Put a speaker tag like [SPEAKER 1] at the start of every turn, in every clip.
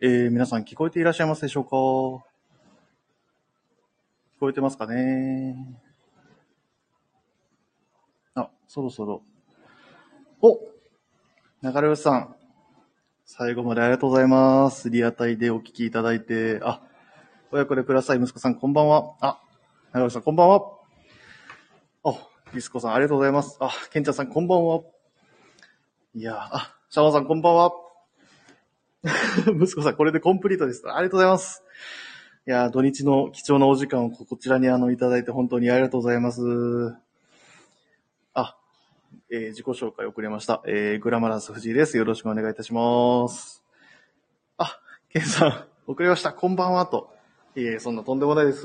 [SPEAKER 1] えー、皆さん聞こえていらっしゃいますでしょうか聞こえてますかねあ、そろそろ。お流れ星さん。最後までありがとうございます。リアタイでお聞きいただいて、あ、親子でください。息子さん、こんばんは。あ、流れ星さん、こんばんは。あ、息子さん、ありがとうございます。あ、ケンちゃんさん、こんばんは。いやー、あ、シャワンさん、こんばんは。 息子さん、これでコンプリートです。ありがとうございます。いやー、土日の貴重なお時間をここちらにあの、いただいて本当にありがとうございます。あ、えー自己紹介遅れました。えーグラマランス藤井です。よろしくお願いいたします。あ、ケンさん、遅れました。こんばんは、と。いえ、そんなとんでもないです。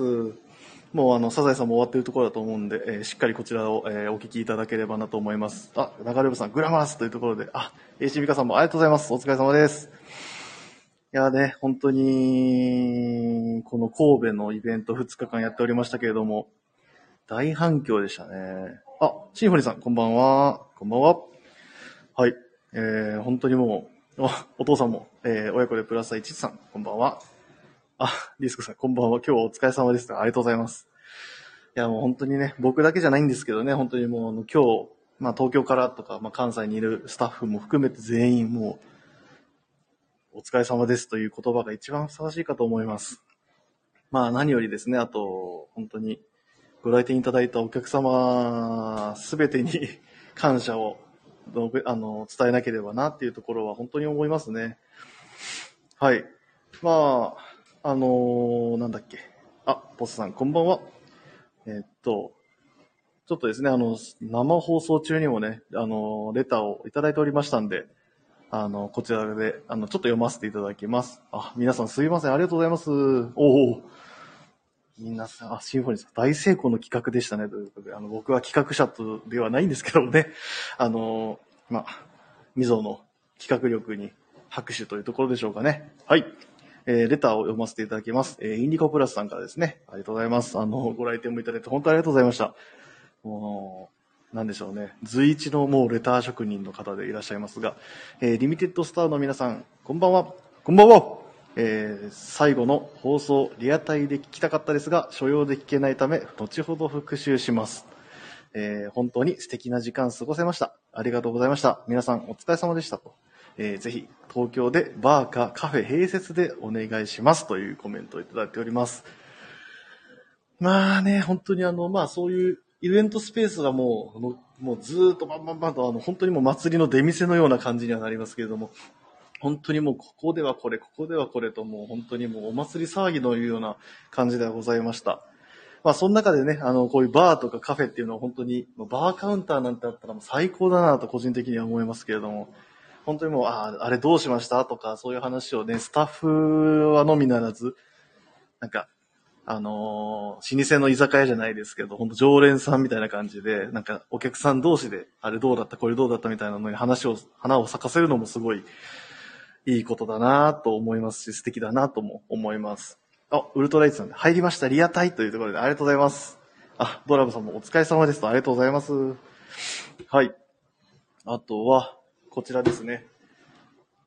[SPEAKER 1] もうあの、サザエさんも終わってるところだと思うんで、えーしっかりこちらを、えーお聞きいただければなと思います。あ、流れ部さん、グラマラスというところで、あ、AC ミカさんもありがとうございます。お疲れ様です。いやーね、本当に、この神戸のイベント2日間やっておりましたけれども、大反響でしたね。あ、シンフォニーさん、こんばんは。こんばんは。はい。えー、本当にもう、あお父さんも、えー、親子でプラス1さん、こんばんは。あ、リスコさん、こんばんは。今日はお疲れ様です。ありがとうございます。いや、もう本当にね、僕だけじゃないんですけどね、本当にもう、あの今日、まあ、東京からとか、まあ、関西にいるスタッフも含めて全員もう、お疲れ様ですという言葉が一番ふさわしいかと思います。まあ、何よりですね、あと、本当に、ご来店いただいたお客様、すべてに感謝を、どうあの、伝えなければなっていうところは本当に思いますね。はい。まあ、あのなんだっけ。あ、ポスさん、こんばんは。えっと、ちょっとですね、あの、生放送中にもね、あの、レターをいただいておりましたんで、あの、こちらで、あの、ちょっと読ませていただきます。あ、皆さんすいません、ありがとうございます。おお。皆さん、あ、シンフォニーさん、大成功の企画でしたね、ということで、あの、僕は企画者とではないんですけどもね、 あの、まあ、みぞの企画力に拍手というところでしょうかね。はい。えーレターを読ませていただきます。えーインディコプラスさんからですね。ありがとうございます。あの、ご来店もいただいて本当にありがとうございました。もう、なんでしょうね。随一のもうレター職人の方でいらっしゃいますが、えーリミテッドスターの皆さん、こんばんは。こんばんは。えー最後の放送、リアタイで聞きたかったですが、所要で聞けないため、後ほど復習します。えー本当に素敵な時間過ごせました。ありがとうございました。皆さんお疲れ様でしたと。えーぜひ、東京でバーかカフェ併設でお願いしますというコメントをいただいております。まあね、本当にあの、まあそういうイベントスペースがもう、もうもうずーっとバンバンバンと、あの、本当にもう祭りの出店のような感じにはなりますけれども、本当にもうここではこれ、ここではこれと、もう本当にもうお祭り騒ぎのような感じではございました。まあ、その中でね、あの、こういうバーとかカフェっていうのは本当に、まあバーカウンターなんてあったらもう最高だなと個人的には思いますけれども、本当にもう、ああ、あれどうしましたとか、そういう話をね、スタッフはのみならず、なんか、あのー老舗の居酒屋じゃないですけど、本当常連さんみたいな感じで、なんかお客さん同士で、あれどうだった、これどうだったみたいなのに話を、花を咲かせるのもすごいいいことだなと思いますし、素敵だなとも思います。あ、ウルトライツさんで、入りました、リアタイというところでありがとうございます。あ、ドラムさんもお疲れ様ですと、ありがとうございます。はい。あとは、こちらですね。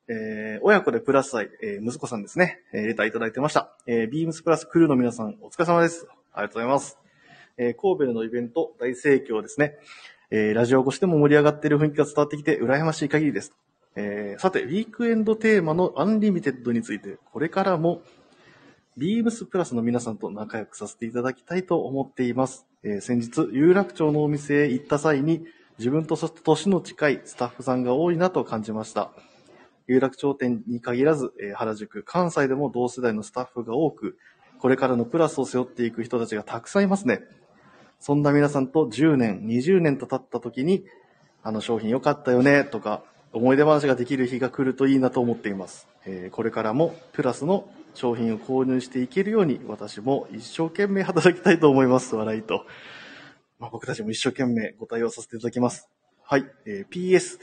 [SPEAKER 1] えー、親子でプラス愛、えー息子さんですね。えーレターいただいてました。えービームスプラスクルーの皆さん、お疲れ様です。ありがとうございます。えー神戸のイベント大盛況ですね。えーラジオ越しでも盛り上がっている雰囲気が伝わってきて、羨ましい限りです。えーさて、ウィークエンドテーマのアンリミテッドについて、これからもビームスプラスの皆さんと仲良くさせていただきたいと思っています。えー先日、有楽町のお店へ行った際に、自分と年の近いスタッフさんが多いなと感じました。有楽町店に限らず、えー原宿、関西でも同世代のスタッフが多く、これからのプラスを背負っていく人たちがたくさんいますね。そんな皆さんと10年、20年と経った時に、あの商品良かったよね、とか、思い出話ができる日が来るといいなと思っています。えーこれからもプラスの商品を購入していけるように、私も一生懸命働きたいと思います。笑いと。まあ、僕たちも一生懸命ご対応させていただきます。はい。えー PS。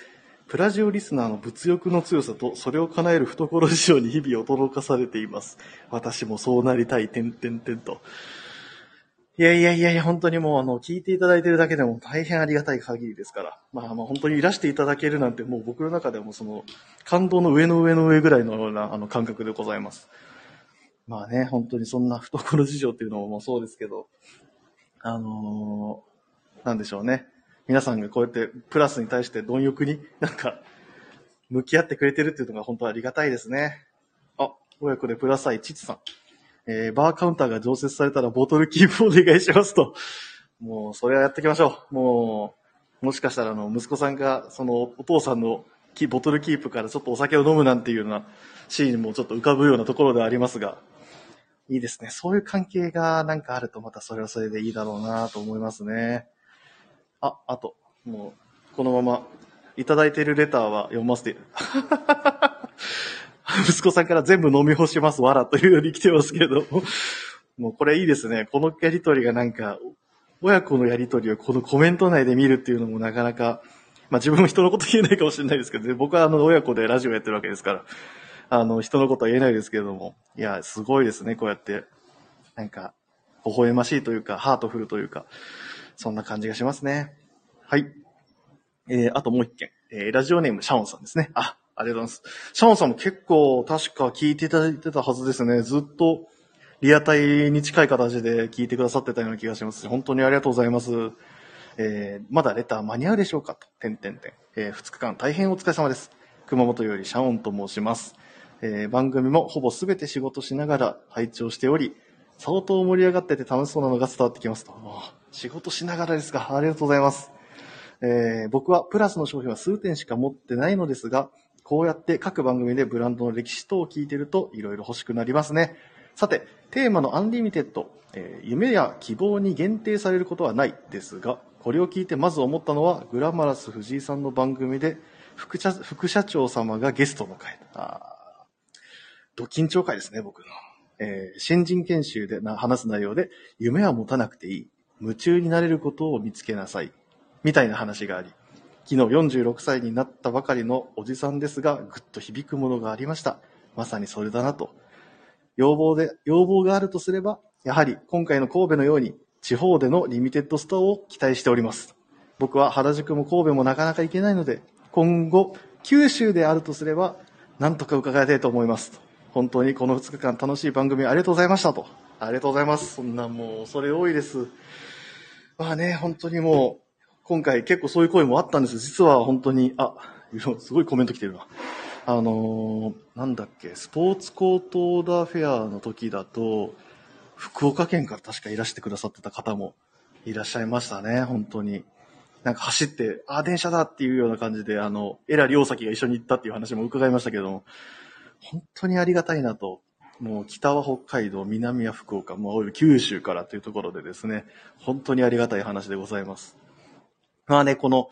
[SPEAKER 1] プラジオリスナーの物欲の強さと、それを叶える懐事情に日々驚かされています。私もそうなりたい、てんてんてんと。いやいやいやいや、本当にもう、あの、聞いていただいてるだけでも大変ありがたい限りですから。まあ、まあ、本当にいらしていただけるなんて、もう僕の中ではもうその、感動の上の上の上ぐらいのような、あの、感覚でございます。まあね、本当にそんな懐事情っていうのももうそうですけど、あのーなんでしょうね。皆さんがこうやって、プラスに対して貪欲になんか、向き合ってくれてるっていうのが本当ありがたいですね。あ、親子でプラス愛、チツさん。えーバーカウンターが常設されたらボトルキープお願いしますと。もう、それはやっていきましょう。もう、もしかしたら、あの、息子さんが、その、お父さんのキボトルキープからちょっとお酒を飲むなんていうようなシーンもちょっと浮かぶようなところではありますが、いいですね。そういう関係がなんかあると、またそれはそれでいいだろうなと思いますね。あ、あと、もう、このまま、いただいているレターは読ませて、 息子さんから全部飲み干します、わらというように来てますけど、もうこれいいですね。このやりとりがなんか、親子のやりとりをこのコメント内で見るっていうのもなかなか、まあ自分も人のこと言えないかもしれないですけど、ね、僕はあの親子でラジオやってるわけですから、あの人のことは言えないですけれども、いや、すごいですね、こうやって。なんか、微笑ましいというか、ハートフルというか、そんな感じがしますね。はい。えー、あともう一件。えー、ラジオネーム、シャオンさんですね。あ、ありがとうございます。シャオンさんも結構、確か聞いていただいてたはずですね。ずっと、リアタイに近い形で聞いてくださってたような気がします。本当にありがとうございます。えー、まだレター間に合うでしょうかと、点点点。えー、2日間大変お疲れ様です。熊本よりシャオンと申します。えー、番組もほぼすべて仕事しながら拝聴しており、相当盛り上がってて楽しそうなのが伝わってきますと。あ仕事しながらですか。ありがとうございます。えー僕はプラスの商品は数点しか持ってないのですが、こうやって各番組でブランドの歴史等を聞いてるといろいろ欲しくなりますね。さて、テーマのアンリミテッド、えー夢や希望に限定されることはないですが、これを聞いてまず思ったのは、グラマラス藤井さんの番組で副社、副社長様がゲストの回。あード緊張会ですね、僕の。えー新人研修でな話す内容で、夢は持たなくていい。夢中になれることを見つけなさい。みたいな話があり、昨日46歳になったばかりのおじさんですが、ぐっと響くものがありました。まさにそれだなと。要望で、要望があるとすれば、やはり今回の神戸のように、地方でのリミテッドストアを期待しております。僕は原宿も神戸もなかなか行けないので、今後、九州であるとすれば、なんとか伺いたいと思います。本当にこの2日間楽しい番組ありがとうございましたと。ありがとうございます。そんなもう、それ多いです。まあね、本当にもう、今回結構そういう声もあったんです。実は本当に、あ、いろすごいコメント来てるな。あのーなんだっけ、スポーツコートオーダーフェアの時だと、福岡県から確かいらしてくださってた方もいらっしゃいましたね、本当に。なんか走って、あ、電車だっていうような感じで、あの、エラ両崎が一緒に行ったっていう話も伺いましたけども、本当にありがたいなと。もう北は北海道、南は福岡、もう九州からというところでですね、本当にありがたい話でございます。まあね、この、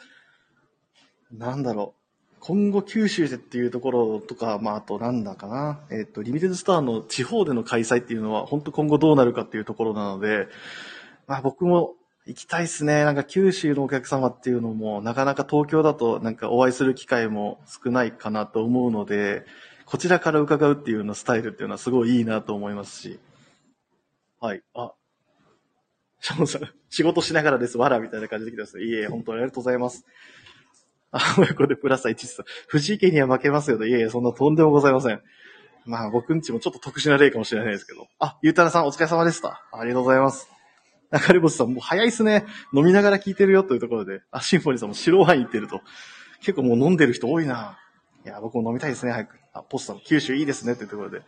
[SPEAKER 1] なんだろう、今後九州でっていうところとか、まああとなんだかな、えっ、と、リミテッドスターの地方での開催っていうのは、本当今後どうなるかっていうところなので、まあ僕も行きたいですね。なんか九州のお客様っていうのも、なかなか東京だとなんかお会いする機会も少ないかなと思うので、こちらから伺うっていうのスタイルっていうのはすごいいいなと思いますし、はい。あ、シャモンさん、仕事しながらです、わら、みたいな感じで来てますね。いえいえ、本当にありがとうございます。あ、親子でプラス1さん。藤井家には負けますよと。いえいえ、そんなとんでもございません。まあ、僕んちもちょっと特殊な例かもしれないですけど。あ、ゆうたらさん、お疲れ様でした。ありがとうございます。中里星さん、もう早いっすね。飲みながら聞いてるよというところで。あ、シンフォニーさんも白ワイン行ってると。結構もう飲んでる人多いな。いや、僕も飲みたいですね、早く。あ、ポスさん、九州いいですね、というところで。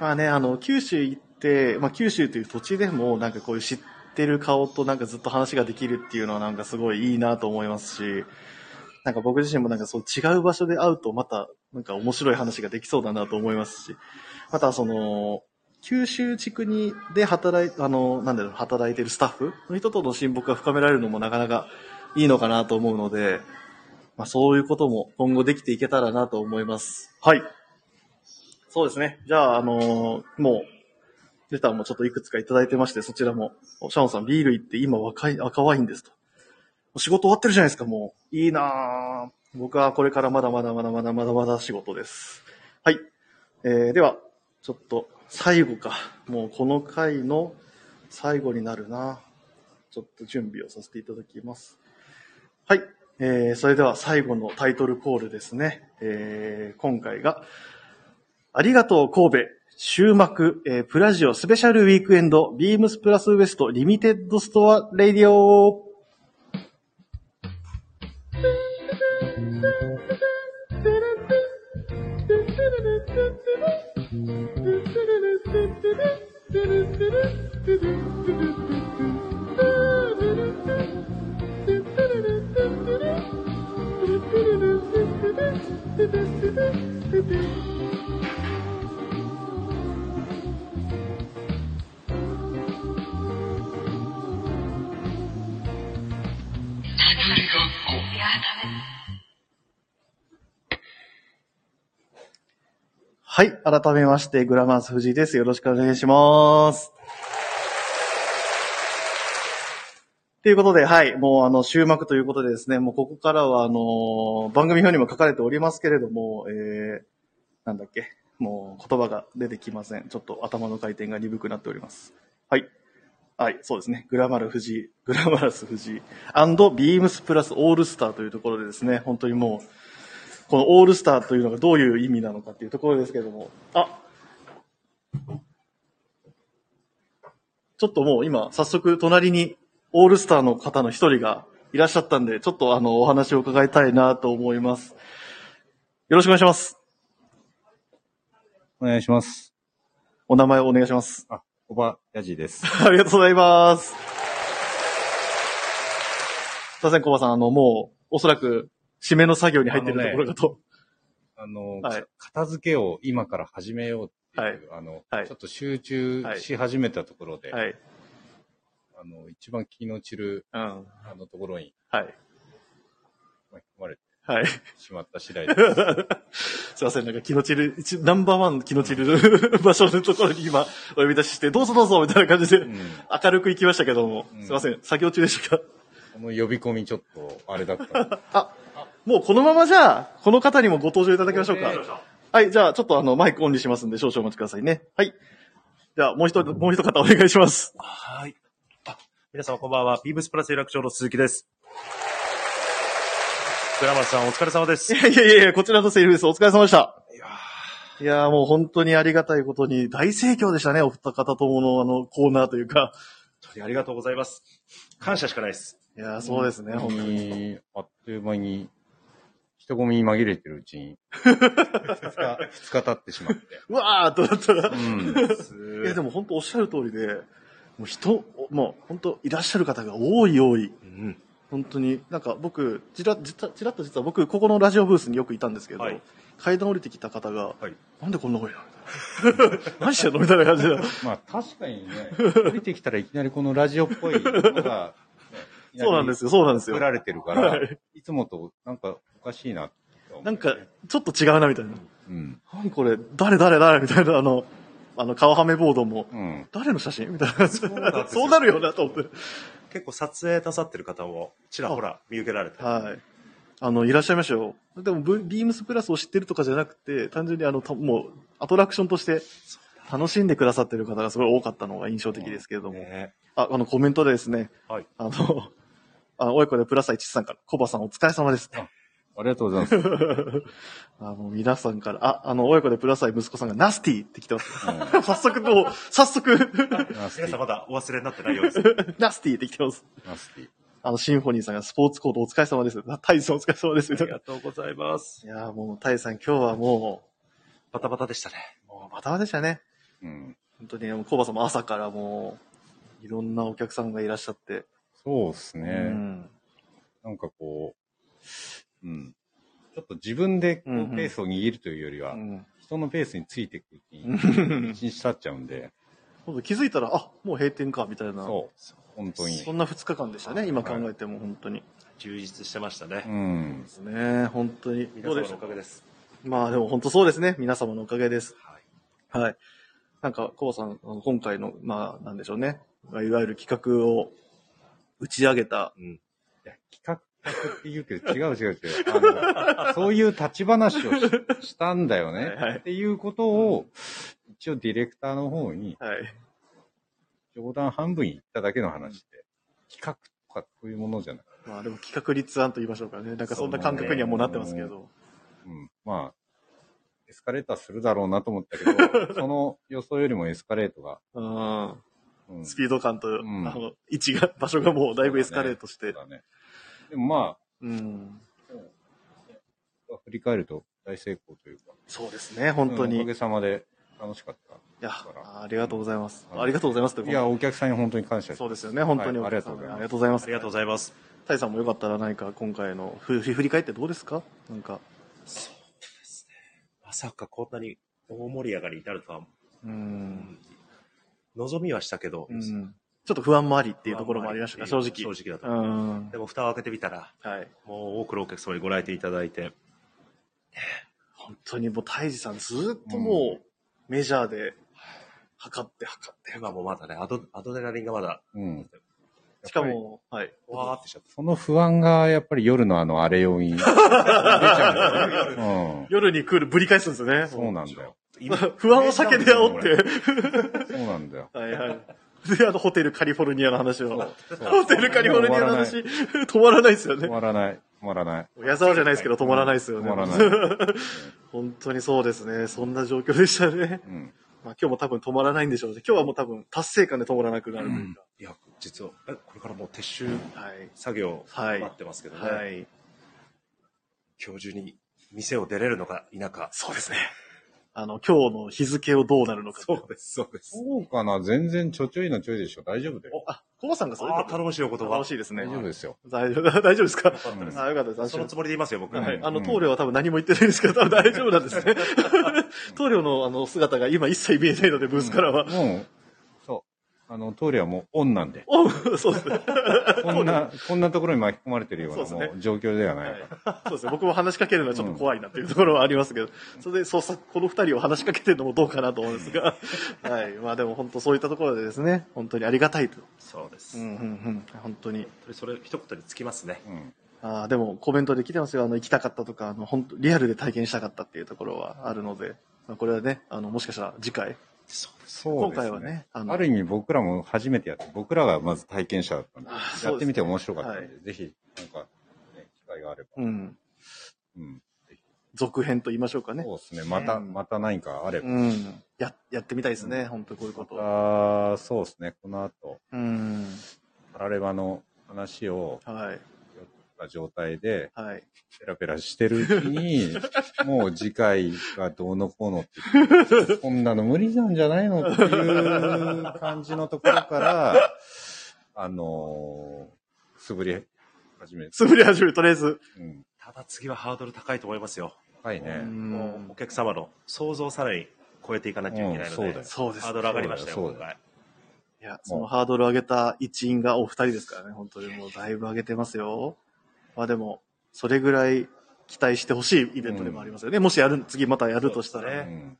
[SPEAKER 1] まあね、あの、九州行って、まあ九州という土地でも、なんかこういう知ってる顔となんかずっと話ができるっていうのはなんかすごいいいなと思いますし、なんか僕自身もなんかそう違う場所で会うとまたなんか面白い話ができそうだなと思いますし、またその、九州地区に、で働い、あの、なんだろう、働いてるスタッフの人との親睦が深められるのもなかなかいいのかなと思うので、まあそういうことも今後できていけたらなと思います。はい。そうですね。じゃあ、あのーもう、レターもちょっといくつかいただいてまして、そちらも、おシャオンさん、ビール行って今若い、赤ワインですと。お仕事終わってるじゃないですか、もう。いいなぁ。僕はこれからまだまだまだまだまだまだ仕事です。はい。えー、では、ちょっと、最後か。もうこの回の最後になるなぁちょっと準備をさせていただきます。はい。えー、それでは最後のタイトルコールですね。えー、今回が、ありがとう神戸、週末、えープラジオスペシャルウィークエンド、ビームスプラスウエストリミテッドストアレディオはい。改めまして、グラマース藤井です。よろしくお願いします。ということで、はい。もう、あの、終幕ということでですね、もうここからは、あの、番組表にも書かれておりますけれども、えー、なんだっけ。もう、言葉が出てきません。ちょっと頭の回転が鈍くなっております。はい。はい、そうですね。グラマル藤井、グラマラス藤井、アンドビームスプラスオールスターというところでですね、本当にもう、このオールスターというのがどういう意味なのかっていうところですけども、あちょっともう今、早速隣にオールスターの方の一人がいらっしゃったんで、ちょっとあの、お話を伺いたいなと思います。よろしくお願いします。
[SPEAKER 2] お願いします。
[SPEAKER 1] お名前をお願いします。
[SPEAKER 2] あ、おばやじです。
[SPEAKER 1] ありがとうございます。すいません、コバさん、あの、もう、おそらく、締めの作業に入ってるところだと。
[SPEAKER 2] あの、
[SPEAKER 1] はい
[SPEAKER 2] か片付けを今から始めようっていう、あの、
[SPEAKER 1] はい
[SPEAKER 2] ちょっと集中し始めたところで、
[SPEAKER 1] はい。
[SPEAKER 2] あの、一番気の散る、
[SPEAKER 1] うん。
[SPEAKER 2] あのところに
[SPEAKER 1] はい。
[SPEAKER 2] 巻き込まれて
[SPEAKER 1] はい。
[SPEAKER 2] しまった次第 です。
[SPEAKER 1] すいません、なんか気の散る、一ナンバーワン気の散る 場所のところに今、お呼び出しして、どうぞどうぞみたいな感じで、
[SPEAKER 2] うん、
[SPEAKER 1] 明るく行きましたけども、
[SPEAKER 2] うん
[SPEAKER 1] すいません、作業中でしたか
[SPEAKER 2] この呼び込みちょっと、あれだったので。
[SPEAKER 1] あ、もうこのままじゃあ、この方にもご登場いただきましょう
[SPEAKER 2] わかりま
[SPEAKER 1] か。はい、じゃあちょっとあの、マイクオンにしますんで、少々お待ちくださいね。はい。じゃあ、もう一人、もう一方お願いします。
[SPEAKER 3] はい。あ皆様こんばんは。ビームスプラス有楽町の鈴木です。倉松さんお疲れ様です。
[SPEAKER 1] い
[SPEAKER 3] い
[SPEAKER 1] やいやいやいや、こちらのセリフです。お疲れ様でした。
[SPEAKER 3] や
[SPEAKER 1] いやーもう本当にありがたいことに大盛況でしたね、お二方とものあのコーナーというか。
[SPEAKER 3] ーありがとうございます。感謝しかないです。
[SPEAKER 1] いやーそうですね、
[SPEAKER 2] 本
[SPEAKER 1] 本
[SPEAKER 2] 当
[SPEAKER 1] 当に。
[SPEAKER 2] に、あっという間に、人混みに紛れてるうちに、二日、二日経ってしまって。
[SPEAKER 1] うわーっとなったら。
[SPEAKER 2] うん。
[SPEAKER 1] いやで
[SPEAKER 3] も、
[SPEAKER 1] も本当おっしゃる通りで、もう人、もう本当いらっしゃる方が多い多い。
[SPEAKER 3] うん、
[SPEAKER 1] 本当に、なんか僕、ちら、じたちらっと実は僕、ここのラジオブースによくいたんですけど、
[SPEAKER 3] はい
[SPEAKER 1] 階段降りてきた方が、
[SPEAKER 3] はい
[SPEAKER 1] なんでこんな声なの何してんのみたい な感じで。
[SPEAKER 2] まあ確かにね、降りてきたらいきなりこのラジオっぽいのが、ね
[SPEAKER 1] そうなんですよ、そうなんですよ
[SPEAKER 2] 作。られてるから、、
[SPEAKER 1] はい
[SPEAKER 2] つもとなんかおかしいなって思う
[SPEAKER 1] なんか、ちょっと違うな、みたいな。
[SPEAKER 2] うん。
[SPEAKER 1] 何これ、誰誰誰みたいな、あの、あの、顔はめボードも、
[SPEAKER 2] うん。
[SPEAKER 1] 誰の写真みたいな。そう
[SPEAKER 3] なんですよ
[SPEAKER 1] なるよな、と思って。
[SPEAKER 3] 結構撮影なさってる方もちらほら見受けられて。
[SPEAKER 1] はい。あの、いらっしゃいましたよ。でも、ブビームスプラスを知ってるとかじゃなくて、単純にあの、たもう、アトラクションとして、楽しんでくださってる方がすごい多かったのが印象的ですけれども。
[SPEAKER 3] ね
[SPEAKER 1] あ、あの、コメントでですね、
[SPEAKER 3] はい
[SPEAKER 1] あの、あ、おいこでプラス1さんから、コバさんお疲れ様です。
[SPEAKER 2] ありがとうございます。
[SPEAKER 1] あの、皆さんから、あ、あの、親子でプラス1息子さんがナスティって来てます。
[SPEAKER 2] う
[SPEAKER 1] 早速、もう、早速、
[SPEAKER 2] んナステ
[SPEAKER 3] 皆さん
[SPEAKER 2] ィ。
[SPEAKER 3] まだお忘れになってないようです。
[SPEAKER 1] ナスティって来てます。
[SPEAKER 2] ナスティ。
[SPEAKER 1] あの、シンフォニーさんがスポーツコードお疲れ様です。タイさんお疲れ様です。
[SPEAKER 3] あ
[SPEAKER 1] みたい
[SPEAKER 3] り
[SPEAKER 1] な
[SPEAKER 3] がとうございます。
[SPEAKER 1] いやーもう、タイさん今日はも
[SPEAKER 3] バタバタでしたね。
[SPEAKER 1] う、もう、またまでしたね。
[SPEAKER 2] うん。
[SPEAKER 1] 本当に、もう、コバさんも朝からもう、いろんなお客さんがいらっしゃって。
[SPEAKER 2] そうですね。
[SPEAKER 1] うん。
[SPEAKER 2] なんかこう、うん。ちょっと自分でこう
[SPEAKER 1] うんうん
[SPEAKER 2] ペースを握るというよりは、
[SPEAKER 1] うん
[SPEAKER 2] 人のペースについていくうち
[SPEAKER 1] うん
[SPEAKER 2] に、一日経っちゃうんで、
[SPEAKER 1] ほんと気づいたら、あ、もう閉店か、みたい な。
[SPEAKER 2] そう。本当
[SPEAKER 1] そ
[SPEAKER 2] に。
[SPEAKER 1] んな2日間でしたね、今考えても、本当に。
[SPEAKER 3] 充実してましたね
[SPEAKER 2] う。
[SPEAKER 1] そうんで。すね、本当に。
[SPEAKER 3] 皆
[SPEAKER 1] どう
[SPEAKER 3] 様
[SPEAKER 1] でし
[SPEAKER 3] の
[SPEAKER 1] ょ
[SPEAKER 3] お
[SPEAKER 1] う
[SPEAKER 3] かげです。
[SPEAKER 1] まあでも本当そうですね。皆様のおかげです。
[SPEAKER 3] はい。
[SPEAKER 1] はい。なんか、コウさん、あの今回の、まあ、なんでしょうね。まあいわゆる企画を打ち上げた。
[SPEAKER 3] うん。
[SPEAKER 2] いや、企画って言うけど、違う違う違う。あのそういう立ち話をししたんだよね。
[SPEAKER 1] はいはい
[SPEAKER 2] っていうことを、一応ディレクターの方に
[SPEAKER 1] はい。
[SPEAKER 2] 冗談半分言っただけの話で。企画とかそういうものじゃない。
[SPEAKER 1] まあでも企画立案と言いましょうかね。なんかそんな感覚にはもうなってますけれど。
[SPEAKER 2] うん。まあ、エスカレーターするだろうなと思ったけ ど、その予想よりもエスカレートが、
[SPEAKER 1] うん。
[SPEAKER 2] うん
[SPEAKER 1] スピード感と、
[SPEAKER 2] ん
[SPEAKER 1] あの、位置が、 場所がもうだいぶエスカレートして。
[SPEAKER 2] そうだね。でもま
[SPEAKER 1] うん。
[SPEAKER 2] あ、振り返ると大成功というか、
[SPEAKER 1] そうですね、本当
[SPEAKER 2] うん
[SPEAKER 1] に。
[SPEAKER 2] おか
[SPEAKER 1] い
[SPEAKER 2] げさまで楽しかっ
[SPEAKER 1] や、
[SPEAKER 2] ら
[SPEAKER 1] あありがとうございます。
[SPEAKER 2] うん
[SPEAKER 1] ありがとうございますって
[SPEAKER 2] た。いや、お客さんに本当に感謝
[SPEAKER 1] そうですよね、本当に
[SPEAKER 2] はい
[SPEAKER 1] お客様、
[SPEAKER 2] ありがとうございます
[SPEAKER 1] ありがとうございます。
[SPEAKER 3] ありがとうございます。
[SPEAKER 1] タイさんもよかったら何か今回のふ振り返ってどうですかなんか。
[SPEAKER 3] まさかこんなに大盛り上がりになるとは、
[SPEAKER 1] うん。
[SPEAKER 3] 望みはしたけど、
[SPEAKER 1] う
[SPEAKER 3] っ
[SPEAKER 1] ん。ちょっと不安もありっていうところもありましたが、正直。
[SPEAKER 3] 正直だ
[SPEAKER 1] う
[SPEAKER 3] と。
[SPEAKER 1] ん。
[SPEAKER 3] でも蓋を開けてみたら、
[SPEAKER 1] はい。
[SPEAKER 3] もう多くのお客様にご来店いただいて、
[SPEAKER 1] 本当にもうタイジさんずっともうメジャーで測って測って。
[SPEAKER 3] 今もまだね、アドアドレナリンがまだ、
[SPEAKER 2] うん。
[SPEAKER 1] しかも、はい。
[SPEAKER 3] わーってしちゃって。
[SPEAKER 2] その不安が、やっぱり夜のあの、あれ 要因。出ちゃうんだよね。
[SPEAKER 1] 夜に来る、ぶり返すんですね。
[SPEAKER 2] うん。そうなんだよ。
[SPEAKER 3] 今、
[SPEAKER 1] 不安を避けて煽って。
[SPEAKER 2] そうなんだよ。
[SPEAKER 1] はいはい。 で、あの、ホテルカリフォルニアの話を。
[SPEAKER 2] そう
[SPEAKER 1] ホテルカリフォルニアの話、止まらないですよ
[SPEAKER 2] 止
[SPEAKER 1] ね。
[SPEAKER 2] まらない。止まらない。
[SPEAKER 1] 矢沢じゃないですけど、止まらないですよ
[SPEAKER 2] 止
[SPEAKER 1] ね。
[SPEAKER 2] まらない。
[SPEAKER 1] 本当にそうですね。そんな状況でしたね。
[SPEAKER 2] うん。
[SPEAKER 1] まあ今日も多分止まらないんでしょうね。今日はもう多分達成感で止まらなくなるというか。
[SPEAKER 3] いや、実は、えこれからもう撤収
[SPEAKER 1] はい。
[SPEAKER 3] 作業
[SPEAKER 1] はい
[SPEAKER 3] 待ってますけどね、
[SPEAKER 1] はい。
[SPEAKER 3] 今日中に店を出れるのか否か。
[SPEAKER 1] そうですね。あの、今日の日付をどうなるのか。
[SPEAKER 3] そうです、そうです。
[SPEAKER 2] そうかな全然ちょちょいのちょいでしょ。大丈夫だよ。
[SPEAKER 1] あ、コバさんがそういう
[SPEAKER 3] ああ、頼もしいお言
[SPEAKER 1] と
[SPEAKER 3] 葉。
[SPEAKER 1] 楽しいですね
[SPEAKER 2] 大。丈夫ですよ。
[SPEAKER 1] 大丈夫、大丈夫ですか
[SPEAKER 3] よかったです
[SPEAKER 1] あ、よかったです。
[SPEAKER 3] そ
[SPEAKER 1] 安心
[SPEAKER 3] のつもりでいますよ、僕。
[SPEAKER 2] うん
[SPEAKER 1] はい。あの、
[SPEAKER 2] うん
[SPEAKER 1] 棟梁は多分何も言ってないですけど、多分大丈夫なん ですね。棟梁のあの姿が今一切見えないので、ブースからは。
[SPEAKER 2] もう、そう。あの、通りはもうオンなんで。
[SPEAKER 1] お そうですね。
[SPEAKER 2] こんな、こんなところに巻き込まれてるような
[SPEAKER 1] そうです
[SPEAKER 2] も
[SPEAKER 1] ね
[SPEAKER 2] う状況ではない。
[SPEAKER 1] そうですね。僕も話しかけるのはちょっと怖いなっていうところはありますけど、それで、そうさ、この二人を話しかけてるのもどうかなと思うんですが、はい。まあでも本当そういったところでですね、本当にありがたいと。
[SPEAKER 3] そうです。
[SPEAKER 1] うんうんうん。本当に。
[SPEAKER 3] 本当にそれ一言につきますね。
[SPEAKER 2] うん。
[SPEAKER 1] ああ、でもコメントで来てますよ。あの、行きたかったとか、あの、本当リアルで体験したかったっていうところはあるので、まあ、これはね、あの、もしかしたら次回、
[SPEAKER 3] そうです。
[SPEAKER 2] そうですね。
[SPEAKER 1] 今回はね、あの、
[SPEAKER 2] ある意味僕らも初めてやって、僕らがまず体験者だったんで
[SPEAKER 1] あーそうです、ね
[SPEAKER 2] やってみて面白かったんで、ぜひ、なんか、ね、機会があれば、
[SPEAKER 1] うん、
[SPEAKER 2] うん。
[SPEAKER 1] 続編と言いましょうかね。
[SPEAKER 2] そうですね。また、
[SPEAKER 1] うん
[SPEAKER 2] また何かあれば。
[SPEAKER 1] うん。や、やってみたいですね、本当こういうこ
[SPEAKER 2] ま
[SPEAKER 1] と。
[SPEAKER 2] た、そうですね。この後、
[SPEAKER 1] うん。
[SPEAKER 2] パラレバの話を、
[SPEAKER 1] はい。
[SPEAKER 2] 状態で、
[SPEAKER 1] はい。
[SPEAKER 2] ペラペラしてるうち に、もう次回がどうのこうのって、こんなの無理なんじゃないのっていう感じのところ から、あのー、素振り始め、
[SPEAKER 1] 素振り始め、とりあえず。
[SPEAKER 2] うん、
[SPEAKER 3] ただ次はハードル高いと思いますよ。
[SPEAKER 2] 高いね。
[SPEAKER 3] もうお客様の想像をさらに超えていかなきゃいけないの
[SPEAKER 2] うんそう
[SPEAKER 3] で、
[SPEAKER 2] だよ
[SPEAKER 1] そうです、
[SPEAKER 3] ハードル上がりましたよ、
[SPEAKER 2] そうだよ
[SPEAKER 3] 今回。
[SPEAKER 1] いや、そのハードル上げた一員がお二人ですからね、本当にもうだいぶ上げてますよ。まあでも、それぐらい期待してほしいイベントでもありますよね。もしやる、次またやるとした
[SPEAKER 3] そう
[SPEAKER 1] ら、
[SPEAKER 3] です
[SPEAKER 2] う
[SPEAKER 3] ね
[SPEAKER 2] ん